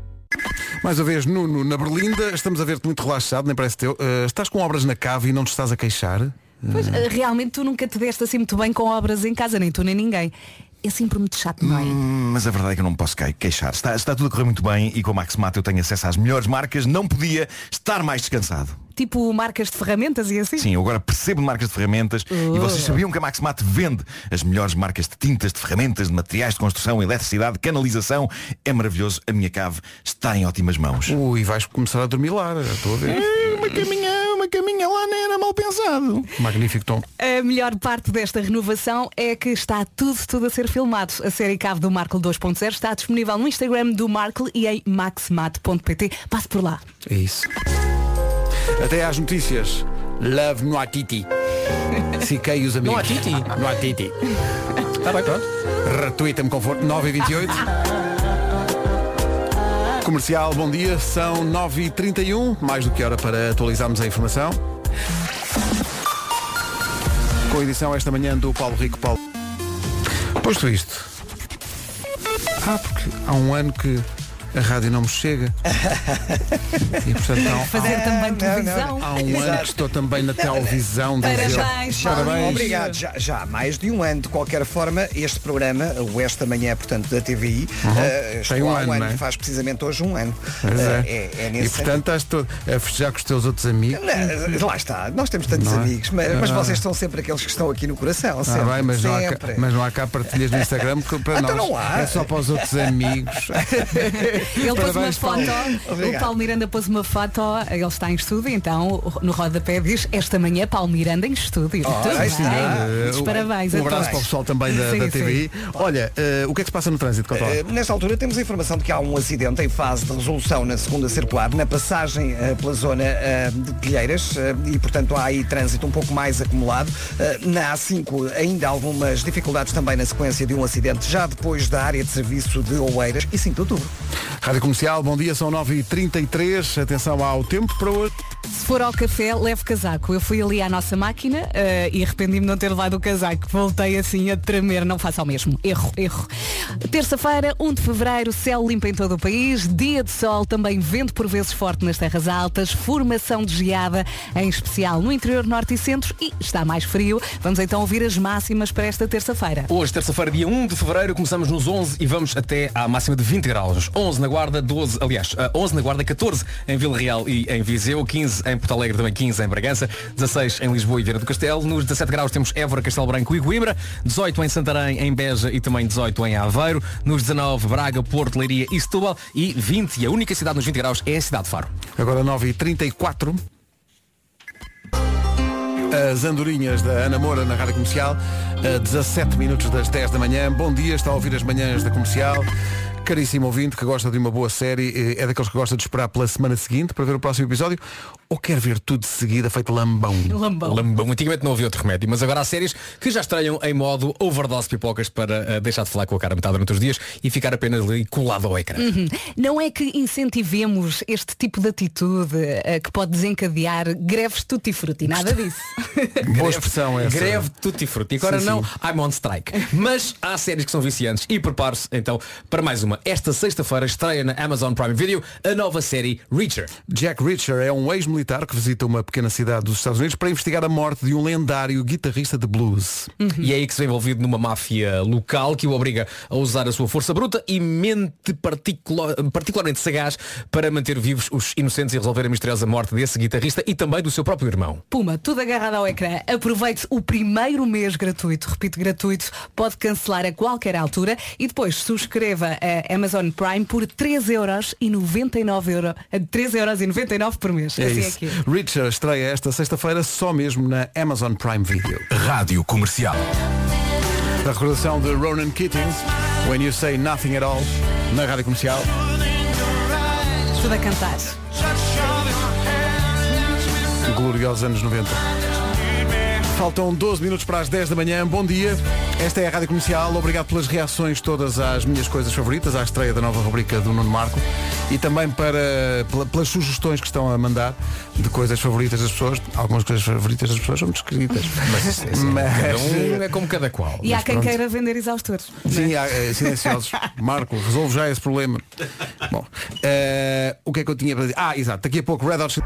S1: Mais uma vez, Nuno, na Berlinda, estamos a ver-te muito relaxado, nem parece teu. Eh, estás com obras na cave e não te estás a queixar?
S3: Pois, eh, realmente tu nunca te deste assim muito bem com obras em casa, nem tu nem ninguém. É sempre muito chato, não é?
S7: Hum, Mas a verdade é que eu não me posso que- queixar. Está, está tudo a correr muito bem e com a Max Mata eu tenho acesso às melhores marcas. Não podia estar mais descansado.
S3: Tipo marcas de ferramentas e assim.
S7: Sim, eu agora percebo de marcas de ferramentas
S3: Uh.
S7: e vocês sabiam que a Maxmat vende as melhores marcas de tintas, de ferramentas, de materiais de construção, eletricidade, canalização. É maravilhoso. A minha cave está em ótimas mãos.
S1: Ui, vais começar a dormir lá, já estou a ver.
S7: É, Uma caminha, uma caminha lá não era mal pensado.
S1: Magnífico tom.
S3: A melhor parte desta renovação é que está tudo, tudo a ser filmado. A série Cave do Marco 2.0 está disponível no Instagram do Marco e em maxmat.pt. Passe por lá.
S1: É isso. Até às notícias. Love no Atiti. Fiquei os amigos.
S5: No Atiti?
S1: No Atiti.
S5: Está bem, pronto.
S1: Retuita-me conforto. 9 e 28. Comercial, bom dia. São 9 e 31. Mais do que hora para atualizarmos a informação. Com a edição esta manhã do Paulo Rico Paulo. Posto isto. Ah, porque há um ano que a rádio não me chega. E portanto Ah, não. há-
S3: Fazer também televisão.
S1: Há um ano que estou também na televisão. diz ele.
S3: Parabéns, Paulo.
S1: Parabéns.
S2: Obrigado, já, já há mais de um ano. De qualquer forma, este programa, o Esta Manhã, portanto, da TVI, eh, estou
S1: Tem um
S2: há um
S1: ano,
S2: ano,
S1: não é?
S2: faz precisamente hoje um ano.
S1: Pois
S2: Eh,
S1: é.
S2: é, é
S1: e
S2: nesse
S1: portanto estás todo a festejar com os teus outros amigos.
S2: Não, eh, lá está, nós temos tantos
S1: Não é?
S2: amigos, mas, mas
S1: Ah.
S2: vocês são sempre aqueles que estão aqui no coração.
S1: Ah,
S2: sempre,
S1: bem, mas, não há cá,
S2: sempre.
S1: mas não há cá partilhas no Instagram porque para
S2: Ah,
S1: nós
S2: então não há.
S1: é só para os outros amigos.
S3: Ele pôs uma
S1: Parabéns, Paulo.
S3: foto, o
S2: Obrigado.
S3: Paulo Miranda pôs uma foto, ele está em estúdio, então no rodapé diz esta manhã Paulo Miranda em estúdio. Tudo
S2: aí
S3: bem.
S2: está.
S3: Diz
S1: Eh,
S3: parabéns
S1: Um
S3: a
S1: abraço
S3: todos.
S1: para o pessoal também da,
S3: Sim,
S1: da
S3: sim.
S1: TVI. Olha, eh, o que é que se passa no trânsito, Cotó?
S2: Eh, nesta altura temos a informação de que há um acidente em fase de resolução na segunda circular, na passagem eh, pela zona eh, de Telheiras eh, e, portanto, há aí trânsito um pouco mais acumulado. Eh, na A5 ainda há algumas dificuldades também na sequência de um acidente já depois da área de serviço de Oeiras e 5 de outubro.
S1: Rádio Comercial, bom dia, são 9h33. Atenção ao tempo para hoje.
S3: Se for ao café, leve casaco. Eu fui ali à nossa máquina eh, e arrependi-me de não ter levado o casaco. Voltei assim a tremer, não faça o mesmo. Erro, erro. Terça-feira, 1 de fevereiro, céu limpo em todo o país, dia de sol, também vento por vezes forte nas terras altas, formação de geada, em especial no interior norte e centro, e está mais frio. Vamos então ouvir as máximas para esta terça-feira.
S5: Hoje, terça-feira, dia 1 de fevereiro, começamos nos 11 e vamos até à máxima de 20 graus. 11 na Guarda, 12, aliás, ah, 11 na Guarda, 14 em Vila Real e em Viseu, 15 em Porto Alegre, também 15 em Bragança, 16 em Lisboa e Vieira do Castelo. Nos 17 graus temos Évora, Castelo Branco e Coimbra, 18 em Santarém, em Beja e também 18 em Aveiro. Nos 19, Braga, Porto, Leiria e Setúbal. E 20, e a única cidade nos 20 graus é a cidade de Faro.
S1: Agora 9h34. As andorinhas da Ana Moura na Rádio Comercial, a 17 minutos das 10 da manhã. Bom dia, está a ouvir as manhãs da Comercial. Caríssimo ouvinte que gosta de uma boa série, eh, é daqueles que gosta de esperar pela semana seguinte para ver o próximo episódio, ou quer ver tudo de seguida feito lambão?
S3: Lambão.
S5: Lambão. Antigamente não havia outro remédio, mas agora há séries que já estranham em modo overdose de pipocas para ah, deixar de falar com a cara metade durante os dias e ficar apenas ali colado ao ecrã.
S3: Não é que incentivemos este tipo de atitude eh, que pode desencadear greves tutti-frutti, nada disso.
S1: Boa expressão essa.
S5: Greve tutti frutti. Agora
S1: Sim,
S5: não, I'm on strike. Mas há séries que são viciantes e prepare-se então para mais uma. cinema. Esta sexta-feira estreia na Amazon Prime Video a nova série Reacher.
S1: Jack Reacher é um ex-militar que visita uma pequena cidade dos Estados Unidos para investigar a morte de um lendário guitarrista de blues.
S5: E é aí que se vê envolvido numa máfia local que o obriga a usar a sua força bruta e mente particula- particularmente sagaz para manter vivos os inocentes e resolver a misteriosa morte desse guitarrista e também do seu próprio irmão.
S3: Puma, tudo agarrado ao ecrã. Aproveite o primeiro mês gratuito. Repito, gratuito. Pode cancelar a qualquer altura e depois subscreva a Amazon Prime por 3,99 euro, 3,99 por mês. assim é que é.
S1: Reacher estreia esta sexta-feira só mesmo na Amazon Prime Video.
S9: Rádio Comercial.
S1: A recordação de Ronan Keatings, When You Say Nothing At All, na Rádio Comercial.
S3: Tudo a cantar.
S1: Gloriosos anos 90. Faltam 12 minutos para as 10 da manhã. Bom dia. Esta é a Rádio Comercial. Obrigado pelas reações todas às minhas coisas favoritas, à estreia da nova rubrica do Nuno Marco e também para, pela- pelas sugestões que estão a mandar de coisas favoritas das pessoas. Algumas coisas favoritas das pessoas são muito escritas. Mas,
S5: é Cada um é como cada qual.
S3: E há quem queira vender exaustores.
S1: Sim, há, eh, silenciosos. Marco, resolve já esse problema. Bom, eh, o que é que eu tinha para dizer? Ah, exato, daqui a pouco Red Hot Chili-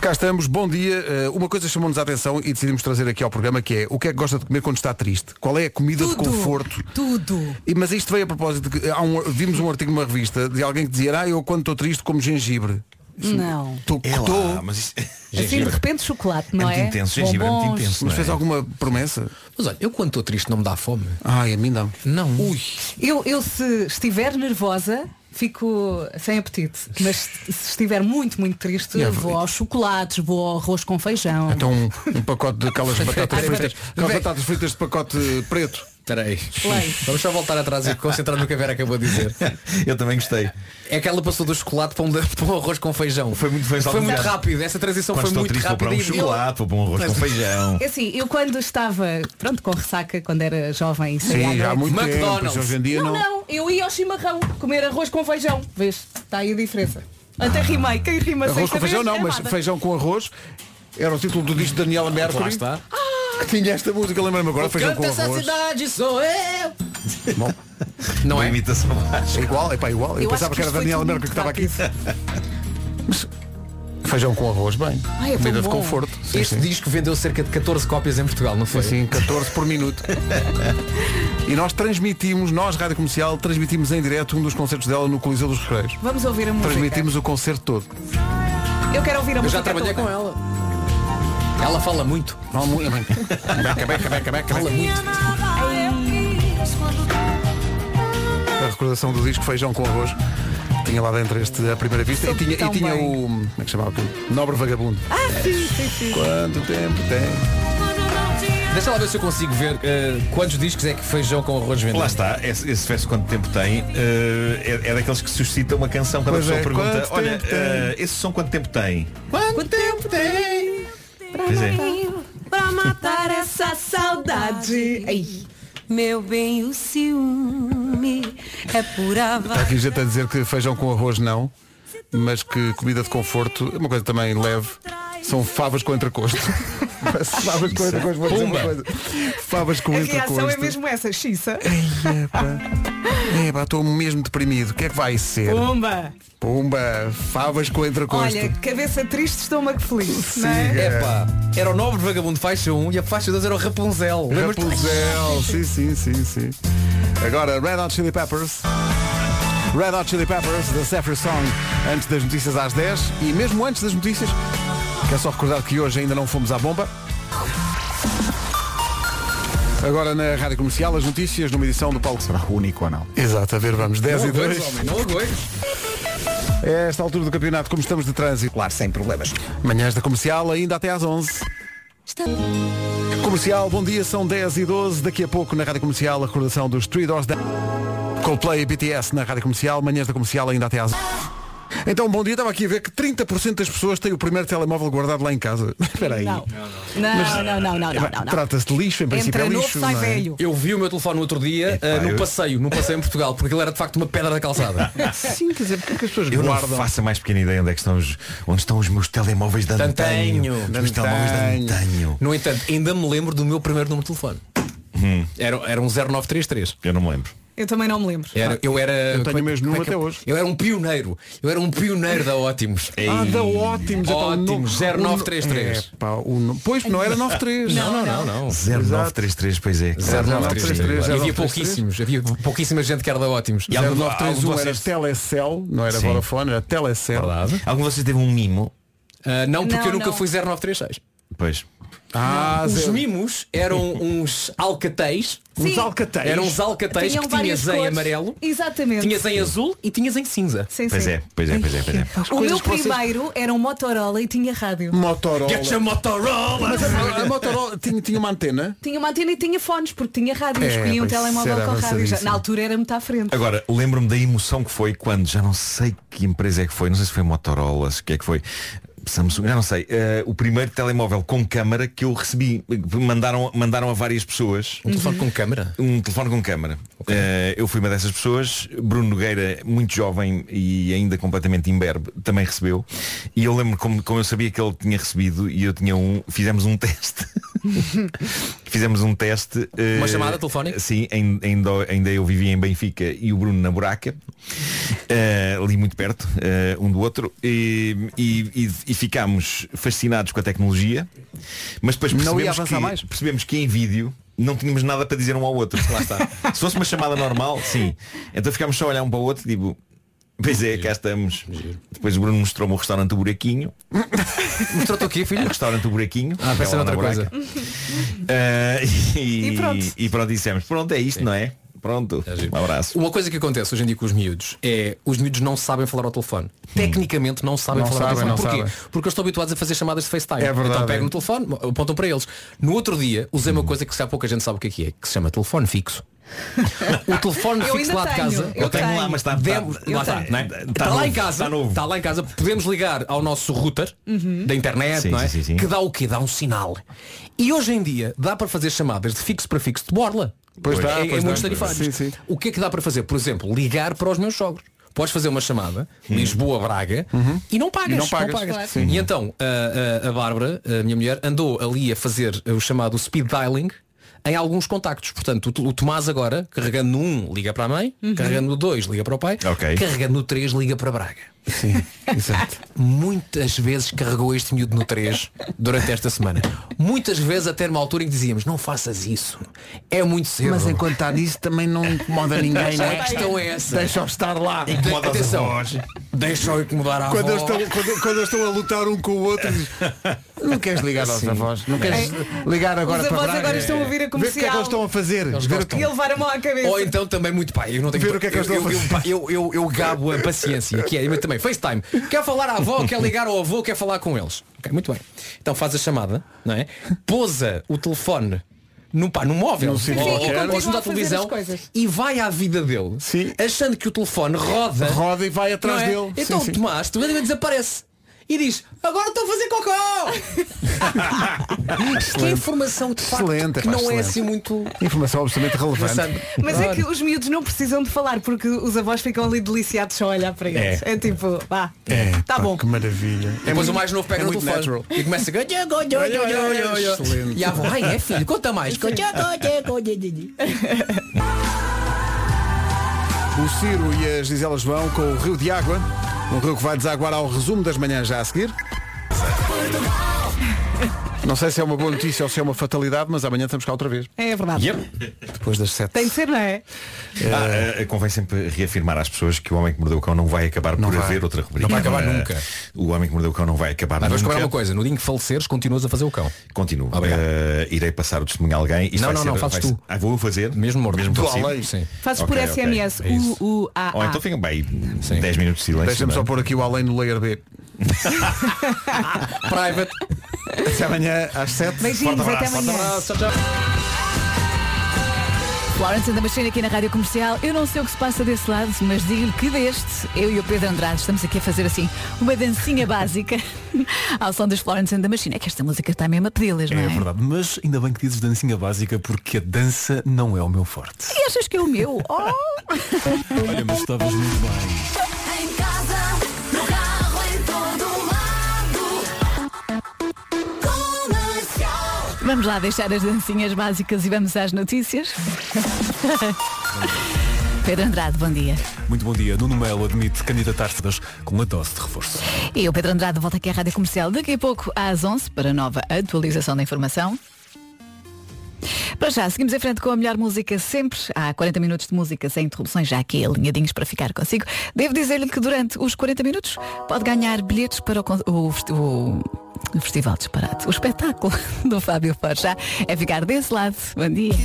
S1: Cá estamos, bom dia. Eh, uma coisa chamou-nos a atenção e decidimos trazer aqui ao programa que é o que é que gosta de comer quando está triste? Qual é a comida de conforto?
S3: Tudo.
S1: E, mas isto veio a propósito de que há um- vimos um artigo numa revista de alguém que dizia, ah, eu quando estou triste como gengibre.
S3: Não.
S1: Estou que
S7: É lá,
S1: estou.
S7: mas isto...
S3: Assim de repente chocolate,
S7: É
S3: não
S7: muito
S3: é?
S7: intenso, gengibre é muito
S3: Bombons.
S7: intenso.
S1: Mas
S7: não
S1: fez
S7: é?
S1: alguma promessa?
S5: Mas olha, eu quando estou triste não me dá fome.
S1: Ai, a mim não.
S5: Não.
S3: Eu, eu se estiver nervosa, fico sem apetite. Mas se estiver muito, muito triste, vou aos chocolates, vou ao arroz com feijão.
S1: Então um, um pacote daquelas batatas fritas, aquelas batatas fritas de pacote preto.
S5: Espera aí.
S3: Leite.
S5: Vamos só voltar atrás e concentrar no que a Vera acabou de dizer.
S7: Eu também gostei.
S5: É que ela passou do chocolate para um, da- para um arroz com feijão.
S7: Foi muito- foi
S5: muito
S7: salpicado.
S5: rápido. Essa transição
S7: Quando
S5: foi
S7: estou
S5: muito
S7: triste vou para
S5: rápida.
S7: um
S5: e-
S7: chocolate, vou para um arroz com feijão.
S3: É assim, eu quando estava, pronto, com ressaca, quando era jovem, saía à
S1: Sim, já há
S3: noite.
S1: muito tempo.
S5: McDonald's.
S1: mas Hoje em dia
S3: é? não,
S1: não.
S3: não, eu ia ao chimarrão comer arroz com feijão. Vês? Está aí a diferença. Até rimei, quem rima sem
S1: Arroz com
S3: saber
S1: feijão não,
S3: é
S1: mas
S3: nada.
S1: feijão com arroz era o título do disco de Daniela Mercury.
S5: Lá está.
S1: Que tinha esta música, lembra-me agora, feijão com
S5: Canta essa
S1: arroz.
S5: cidade, sou eu.
S1: Bom,
S5: assim, Não
S7: Uma
S5: é?
S7: imitação baixa.
S1: é igual, é pá, igual. Eu,
S3: Eu
S1: pensava
S3: acho
S1: que era
S3: que isto foi
S1: Daniela
S3: tudo
S1: Mercury que estava aqui.
S3: muito
S1: Feijão com arroz, bem.
S3: Ai, é tão
S1: Comida de
S3: bom.
S1: conforto. Sim,
S5: Este
S1: sim.
S5: disco vendeu cerca de 14 cópias em Portugal, não foi?
S1: Sim, 14 por minuto. E nós transmitimos, nós, Rádio Comercial, transmitimos em direto um dos concertos dela no Coliseu dos Recreios.
S3: Vamos ouvir a música.
S1: Transmitimos o concerto todo.
S3: Eu quero ouvir a
S5: Eu
S3: música.
S5: já trabalhei
S3: toda.
S5: com ela. Ela fala muito.
S1: Não, muito é bem. Beca, beca, beca, beca,
S5: Fala
S1: beca.
S5: muito.
S1: A recordação do disco Feijão com Arroz. Tinha lá dentro este à primeira vista e tinha, e
S3: tão
S1: tinha
S3: bem.
S1: o. Como é que chamava aquilo? Nobre Vagabundo.
S3: Ah, sim, sim, sim.
S1: Quanto tempo tem?
S5: Deixa lá ver se eu consigo ver eh, quantos discos é que feijão com arroz vendeu.
S7: Lá está, esse, esse verso quanto tempo tem eh, é, é daqueles que suscita uma canção quando
S1: Pois
S7: a pessoa
S1: é,
S7: pergunta,
S1: quanto
S7: olha,
S1: tempo tem?"
S7: eh, esse som quanto tempo tem?
S3: Quanto tempo tem
S7: Pois é.
S4: Para matar
S3: essa saudade? Ai,
S4: Meu bem, o ciúme é apurava.
S1: Está aqui gente a dizer que feijão com arroz não, mas que comida de conforto, é uma coisa também leve, são favas com entrecosto. favas com entrecosto, vou dizer uma coisa. Favas com
S3: é a reação é
S1: entrecosto.
S3: mesmo essa, xiça.
S1: Ai, epá. Epá, estou mesmo deprimido. O que é que vai ser?
S3: Pumba!
S1: Pumba, favas com entrecosto.
S3: Olha, cabeça triste, estômago feliz. Não é?
S5: Epá, era o nobre vagabundo faixa 1 e a faixa 2 era o Rapunzel. Lembras-te?
S1: Rapunzel, sim, sim, sim, sim. Agora, Red Hot Chili Peppers. Red Hot Chili Peppers, da Zephyr Song, antes das notícias às 10 e mesmo antes das notícias, quero só recordar que hoje ainda não fomos à bomba. Agora na Rádio Comercial, as notícias numa edição do Paulo Será único ou não? Exato, a ver, vamos, 10 e
S5: Não
S1: 2.
S5: aguento, homem, não aguento.
S1: É esta altura do campeonato, como estamos de trânsito.
S2: Claro, sem problemas.
S1: Manhãs da Comercial, ainda até às 11. Comercial, bom dia, são 10 e 12. Daqui a pouco na Rádio Comercial, a recordação dos Three Doors Down. Coldplay e BTS na Rádio Comercial, manhãs da Comercial, ainda até às 11. Então, bom dia, estava aqui a ver que 30% das pessoas têm o primeiro telemóvel guardado lá em casa. Espera aí.
S3: Não, não, não, não, não, não, não, não.
S1: Trata-se de lixo, em princípio
S3: Entra
S1: é
S3: novo,
S1: lixo.
S3: sai
S1: não é?
S3: velho.
S5: Eu vi o meu telefone no outro dia eh, no
S7: eu-
S5: passeio, num passeio em Portugal, porque ele era de facto uma pedra da calçada.
S1: Sim, quer dizer, porque as pessoas
S7: Eu não
S1: guardam.
S7: faço a mais pequena ideia onde, é que estão os, onde estão os meus telemóveis de antanho.
S5: Antanho.
S7: Os
S1: é
S7: meus telemóveis de antanho.
S5: No
S1: Hum.
S5: entanto, ainda me lembro do meu primeiro número de telefone. Era, era um 0933.
S7: Eu não me lembro.
S3: Eu também não me lembro.
S5: Era- eu era.
S1: Eu tenho
S5: como é que-
S1: o mesmo
S5: como é
S1: número
S5: que
S1: até
S5: eu-
S1: hoje.
S5: Eu era um pioneiro. Eu era um pioneiro da Ótimos.
S1: Ah, da ótimos. então,
S5: Ótimos, é
S1: no-
S5: 0933.
S1: É, pá, o no- Pois, não era 93.
S5: É. Não, não, não.
S7: 0933, pois é.
S1: 0933,
S5: 0933. Havia
S1: 0933.
S5: pouquíssimos. Havia pouquíssima gente que era da Ótimos.
S7: E há algum- algum de
S1: 931 era
S7: vocês-
S1: Telecel, não era
S7: Sim.
S1: Vodafone, era Telecel.
S5: Verdade.
S7: Algum de vocês teve um mimo?
S5: Ah, não, porque
S3: Não,
S5: eu nunca
S3: não.
S5: fui 0936.
S7: Pois.
S1: Ah,
S5: Os
S1: zero.
S5: mimos eram uns alcatéis.
S3: Sim.
S1: Uns alcatéis.
S5: Eram uns alcatéis
S3: Tinham
S5: que
S3: várias
S5: tinhas em
S3: cores.
S5: amarelo,
S3: Exatamente.
S5: tinhas em azul e tinhas em cinza.
S3: Sim,
S7: Pois
S3: sim.
S7: é, pois é, pois é, pois é.
S3: O meu
S1: coisas Hum. que vocês-
S3: primeiro era um Motorola e tinha rádio.
S1: Motorola.
S5: Get your Motorola!
S1: Mas a, a Motorola tinha, tinha uma antena?
S3: Tinha uma antena e tinha fones, porque tinha rádio.
S1: É,
S3: Escolhi um
S1: pois,
S3: telemóvel
S1: era
S3: com rádio. Já-
S1: avançadíssimo.
S3: Na altura era muito à frente.
S7: Agora, lembro-me da emoção que foi quando, já não sei que empresa é que foi, não sei se foi Motorola, se o que é que foi, Samsung, já não sei, eh, o primeiro telemóvel com câmara que eu recebi, mandaram, mandaram a várias pessoas.
S5: Um telefone com câmera.
S7: Um telefone com câmara. Eh, eu fui uma dessas pessoas. Bruno Nogueira, muito jovem e ainda completamente imberbe, também recebeu. E eu lembro como, como eu sabia que ele tinha recebido e eu tinha um, fizemos um teste. fizemos um teste. eh,
S5: Uma chamada telefónica?
S7: Sim, ain- ainda, ainda eu vivia em Benfica e o Bruno na buraca. Eh, ali muito perto, eh, um do outro. E, e- e- e ficámos fascinados com a tecnologia. Mas depois
S1: Não ia
S7: percebemos
S1: avançar
S7: que,
S1: mais?
S7: percebemos que em vídeo não tínhamos nada para dizer um ao outro. Lá está. Se fosse uma chamada normal, sim. Então ficámos só a olhar um para o outro, tipo, pois é, cá estamos. Depois o Bruno mostrou-me o restaurante do Buraquinho.
S5: Mostrou-te o quê,
S7: O
S5: filho?
S7: restaurante do Buraquinho.
S5: Ah,
S7: que é
S5: pensei
S7: lá na
S5: noutra
S7: Buraca.
S5: coisa.
S7: Ah, e,
S3: E pronto.
S7: e pronto, dissemos, pronto, é isto, não é? Pronto. Um abraço.
S5: Uma coisa que acontece hoje em dia com os miúdos é os miúdos não sabem falar ao telefone. Tecnicamente não sabem
S1: Hum. Não
S5: falar
S1: sabem,
S5: ao telefone.
S1: não
S5: Porquê? Porque eles estão habituados a fazer chamadas de FaceTime.
S1: É verdade,
S5: Então pegam
S1: é. Hum.
S5: no telefone, apontam para eles. No outro dia usei uma coisa que se há pouca gente sabe o que é que é, que se chama telefone fixo. o telefone
S3: Eu
S5: fixo
S3: ainda
S5: lá de
S3: tenho.
S5: casa.
S3: Eu
S7: Eu tenho
S3: tenho.
S7: lá, mas está
S5: Demos,
S7: está-
S5: lá
S7: está-
S5: está, não é?
S7: está
S5: Está
S7: Tá novo,
S5: lá em casa,
S7: Está novo.
S5: está lá em casa, podemos ligar ao nosso router
S1: Uhum.
S5: da internet,
S7: Sim,
S5: não é?
S7: sim, sim, sim.
S5: Que dá o quê? Dá um sinal. E hoje em dia dá para fazer chamadas de fixo para fixo de borla.
S1: Pois dá,
S5: é,
S1: pois dá.
S5: muitos tarifários.
S1: Sim, sim.
S5: O que é que dá para fazer? Por exemplo, ligar para os meus sogros. Podes fazer uma chamada, Lisboa-Braga, e não pagas.
S1: E não pagas, sim.
S5: E então, a, a- a Bárbara, a minha mulher, andou ali a fazer o chamado speed dialing em alguns contactos. Portanto, o, o Tomás agora, carregando no 1, liga para a mãe,
S1: Uhum.
S5: carregando no 2, liga para o pai,
S7: Ok.
S5: carregando no 3, liga para Braga.
S1: Sim, exato.
S5: Muitas vezes carregou este miúdo no 3 durante esta semana. Muitas vezes até numa altura em que dizíamos, não faças isso. É muito cedo.
S1: Mas enquanto está nisso também não incomoda ninguém, não
S5: A
S1: é?
S5: questão é essa.
S1: Deixa-o estar lá.
S7: Incomoda os
S5: Atenção.
S7: avós.
S5: Deixa-o incomodar a
S1: Quando eles,
S5: avó.
S1: estão, quando, quando eles estão a lutar um com o outro diz, Não queres ligar aos avós Não queres ligar agora
S3: Os
S1: para
S3: avós
S1: Braga?
S3: agora estão a ouvir a
S1: Ver o que é que
S3: comercial.
S1: eles estão a fazer Ver o que-
S3: E levar a mão à cabeça.
S5: Ou então também muito pai, eu não tenho
S1: Ver o que é que eles
S5: eu,
S1: estão a
S5: eu- eu, eu, eu gabo a paciência, que é mas também FaceTime. Quer falar à avó, quer ligar ao avô, quer falar com eles. Ok, muito bem. Então faz a chamada, não é? Pousa o telefone no, pá, no móvel
S1: Num sítio
S5: ou, ou,
S1: qualquer.
S5: ou junto
S3: Continua a fazer
S5: à
S3: as
S5: televisão
S3: coisas.
S5: e vai à vida dele
S1: Sim.
S5: achando que o telefone roda.
S1: Roda e vai atrás
S5: não é?
S1: dele
S5: Então
S1: Sim, sim.
S5: o Tomás de repente desaparece. E diz, agora estou a fazer cocó! que informação de facto
S1: Excelente,
S5: que
S1: pá,
S5: não é
S1: excelente.
S5: assim muito
S1: Informação absolutamente relevante
S5: interessante.
S3: Mas é que os miúdos não precisam de falar porque os avós ficam ali deliciados só a olhar para eles. É, tipo, vá, tá
S1: É, pá,
S3: bom.
S1: Que maravilha
S5: Depois
S1: muito-
S5: o mais novo pega
S1: é
S5: no
S1: muito
S5: telefone
S1: natural.
S5: e começa a go, go, go, go, go, go.
S1: Excelente.
S5: E a avó, ai é filho, conta mais. Go, go, go, go, go, go, go.
S1: O Ciro e a Gisela João com o Rio de Água Um rio que vai desaguar ao resumo das manhãs já a seguir Não sei se é uma boa notícia ou se é uma fatalidade Mas amanhã estamos cá outra vez
S3: É verdade.
S1: Depois das sete
S3: Tem de ser, não é?
S7: Ah, ah, convém sempre reafirmar às pessoas que o Homem que Mordeu o Cão não vai acabar
S1: Não
S7: por
S1: vai.
S7: haver outra rubrica.
S5: Não vai acabar
S7: Ah,
S5: nunca.
S7: O Homem que Mordeu o Cão não vai acabar
S5: Mas vamos
S7: nunca.
S5: cobrar uma coisa, no dia em que faleceres continuas a fazer o cão.
S7: Continuo.
S5: Obrigado.
S7: Ah, irei passar o testemunho a alguém. Isto
S5: Não,
S7: vai
S5: não,
S7: ser-
S5: não, fazes
S7: vai
S5: tu.
S7: ser- Ah, vou eu fazer.
S5: Mesmo morto.
S7: Mesmo
S5: Tu
S7: falecido?
S1: além.
S5: Sim.
S3: Fazes
S7: Ok,
S3: por
S7: ok.
S3: SMS.
S5: É isso.
S3: U, U, A,
S7: Ou
S3: A.
S7: então ficam bem
S5: Sim.
S7: 10 minutos de silêncio.
S1: Deixa-me
S7: não
S1: só
S7: é?
S1: pôr aqui o além no layer B
S5: Private.
S1: Até amanhã às sete
S3: Beijinhos,
S7: Forte
S3: até
S7: abraço, forte
S3: amanhã.
S5: Tchau, tchau.
S9: Florence and the Machine aqui na Rádio Comercial. Eu não sei o que se passa desse lado, mas digo-lhe que deste, eu e o Pedro Andrade estamos aqui a fazer assim uma dancinha básica ao som dos Florence and the Machine. É que esta música está mesmo a pedi-las, não é?
S10: É verdade, mas ainda bem que dizes dancinha básica porque a dança não é o meu forte.
S9: E achas que é o meu? Oh!
S10: Olha, mas estavas muito bem.
S4: Em casa, no carro, em todo lado. Comercial.
S9: Vamos lá deixar as dancinhas básicas e vamos às notícias.
S3: Pedro Andrade, bom dia.
S7: Muito bom dia. Nuno Melo admite candidatar-se das- com uma dose de reforço.
S3: E o Pedro Andrade volta aqui à Rádio Comercial daqui a pouco às 11 para a nova atualização da informação. Para já, seguimos em frente com a melhor música sempre. Há 40 minutos de música sem interrupções, já aqui alinhadinhos para ficar consigo. Devo dizer-lhe que durante os 40 minutos pode ganhar bilhetes para o, con- o festi- o- o Festival Disparado. O espetáculo do Fábio Forjá é ficar desse lado. Bom dia.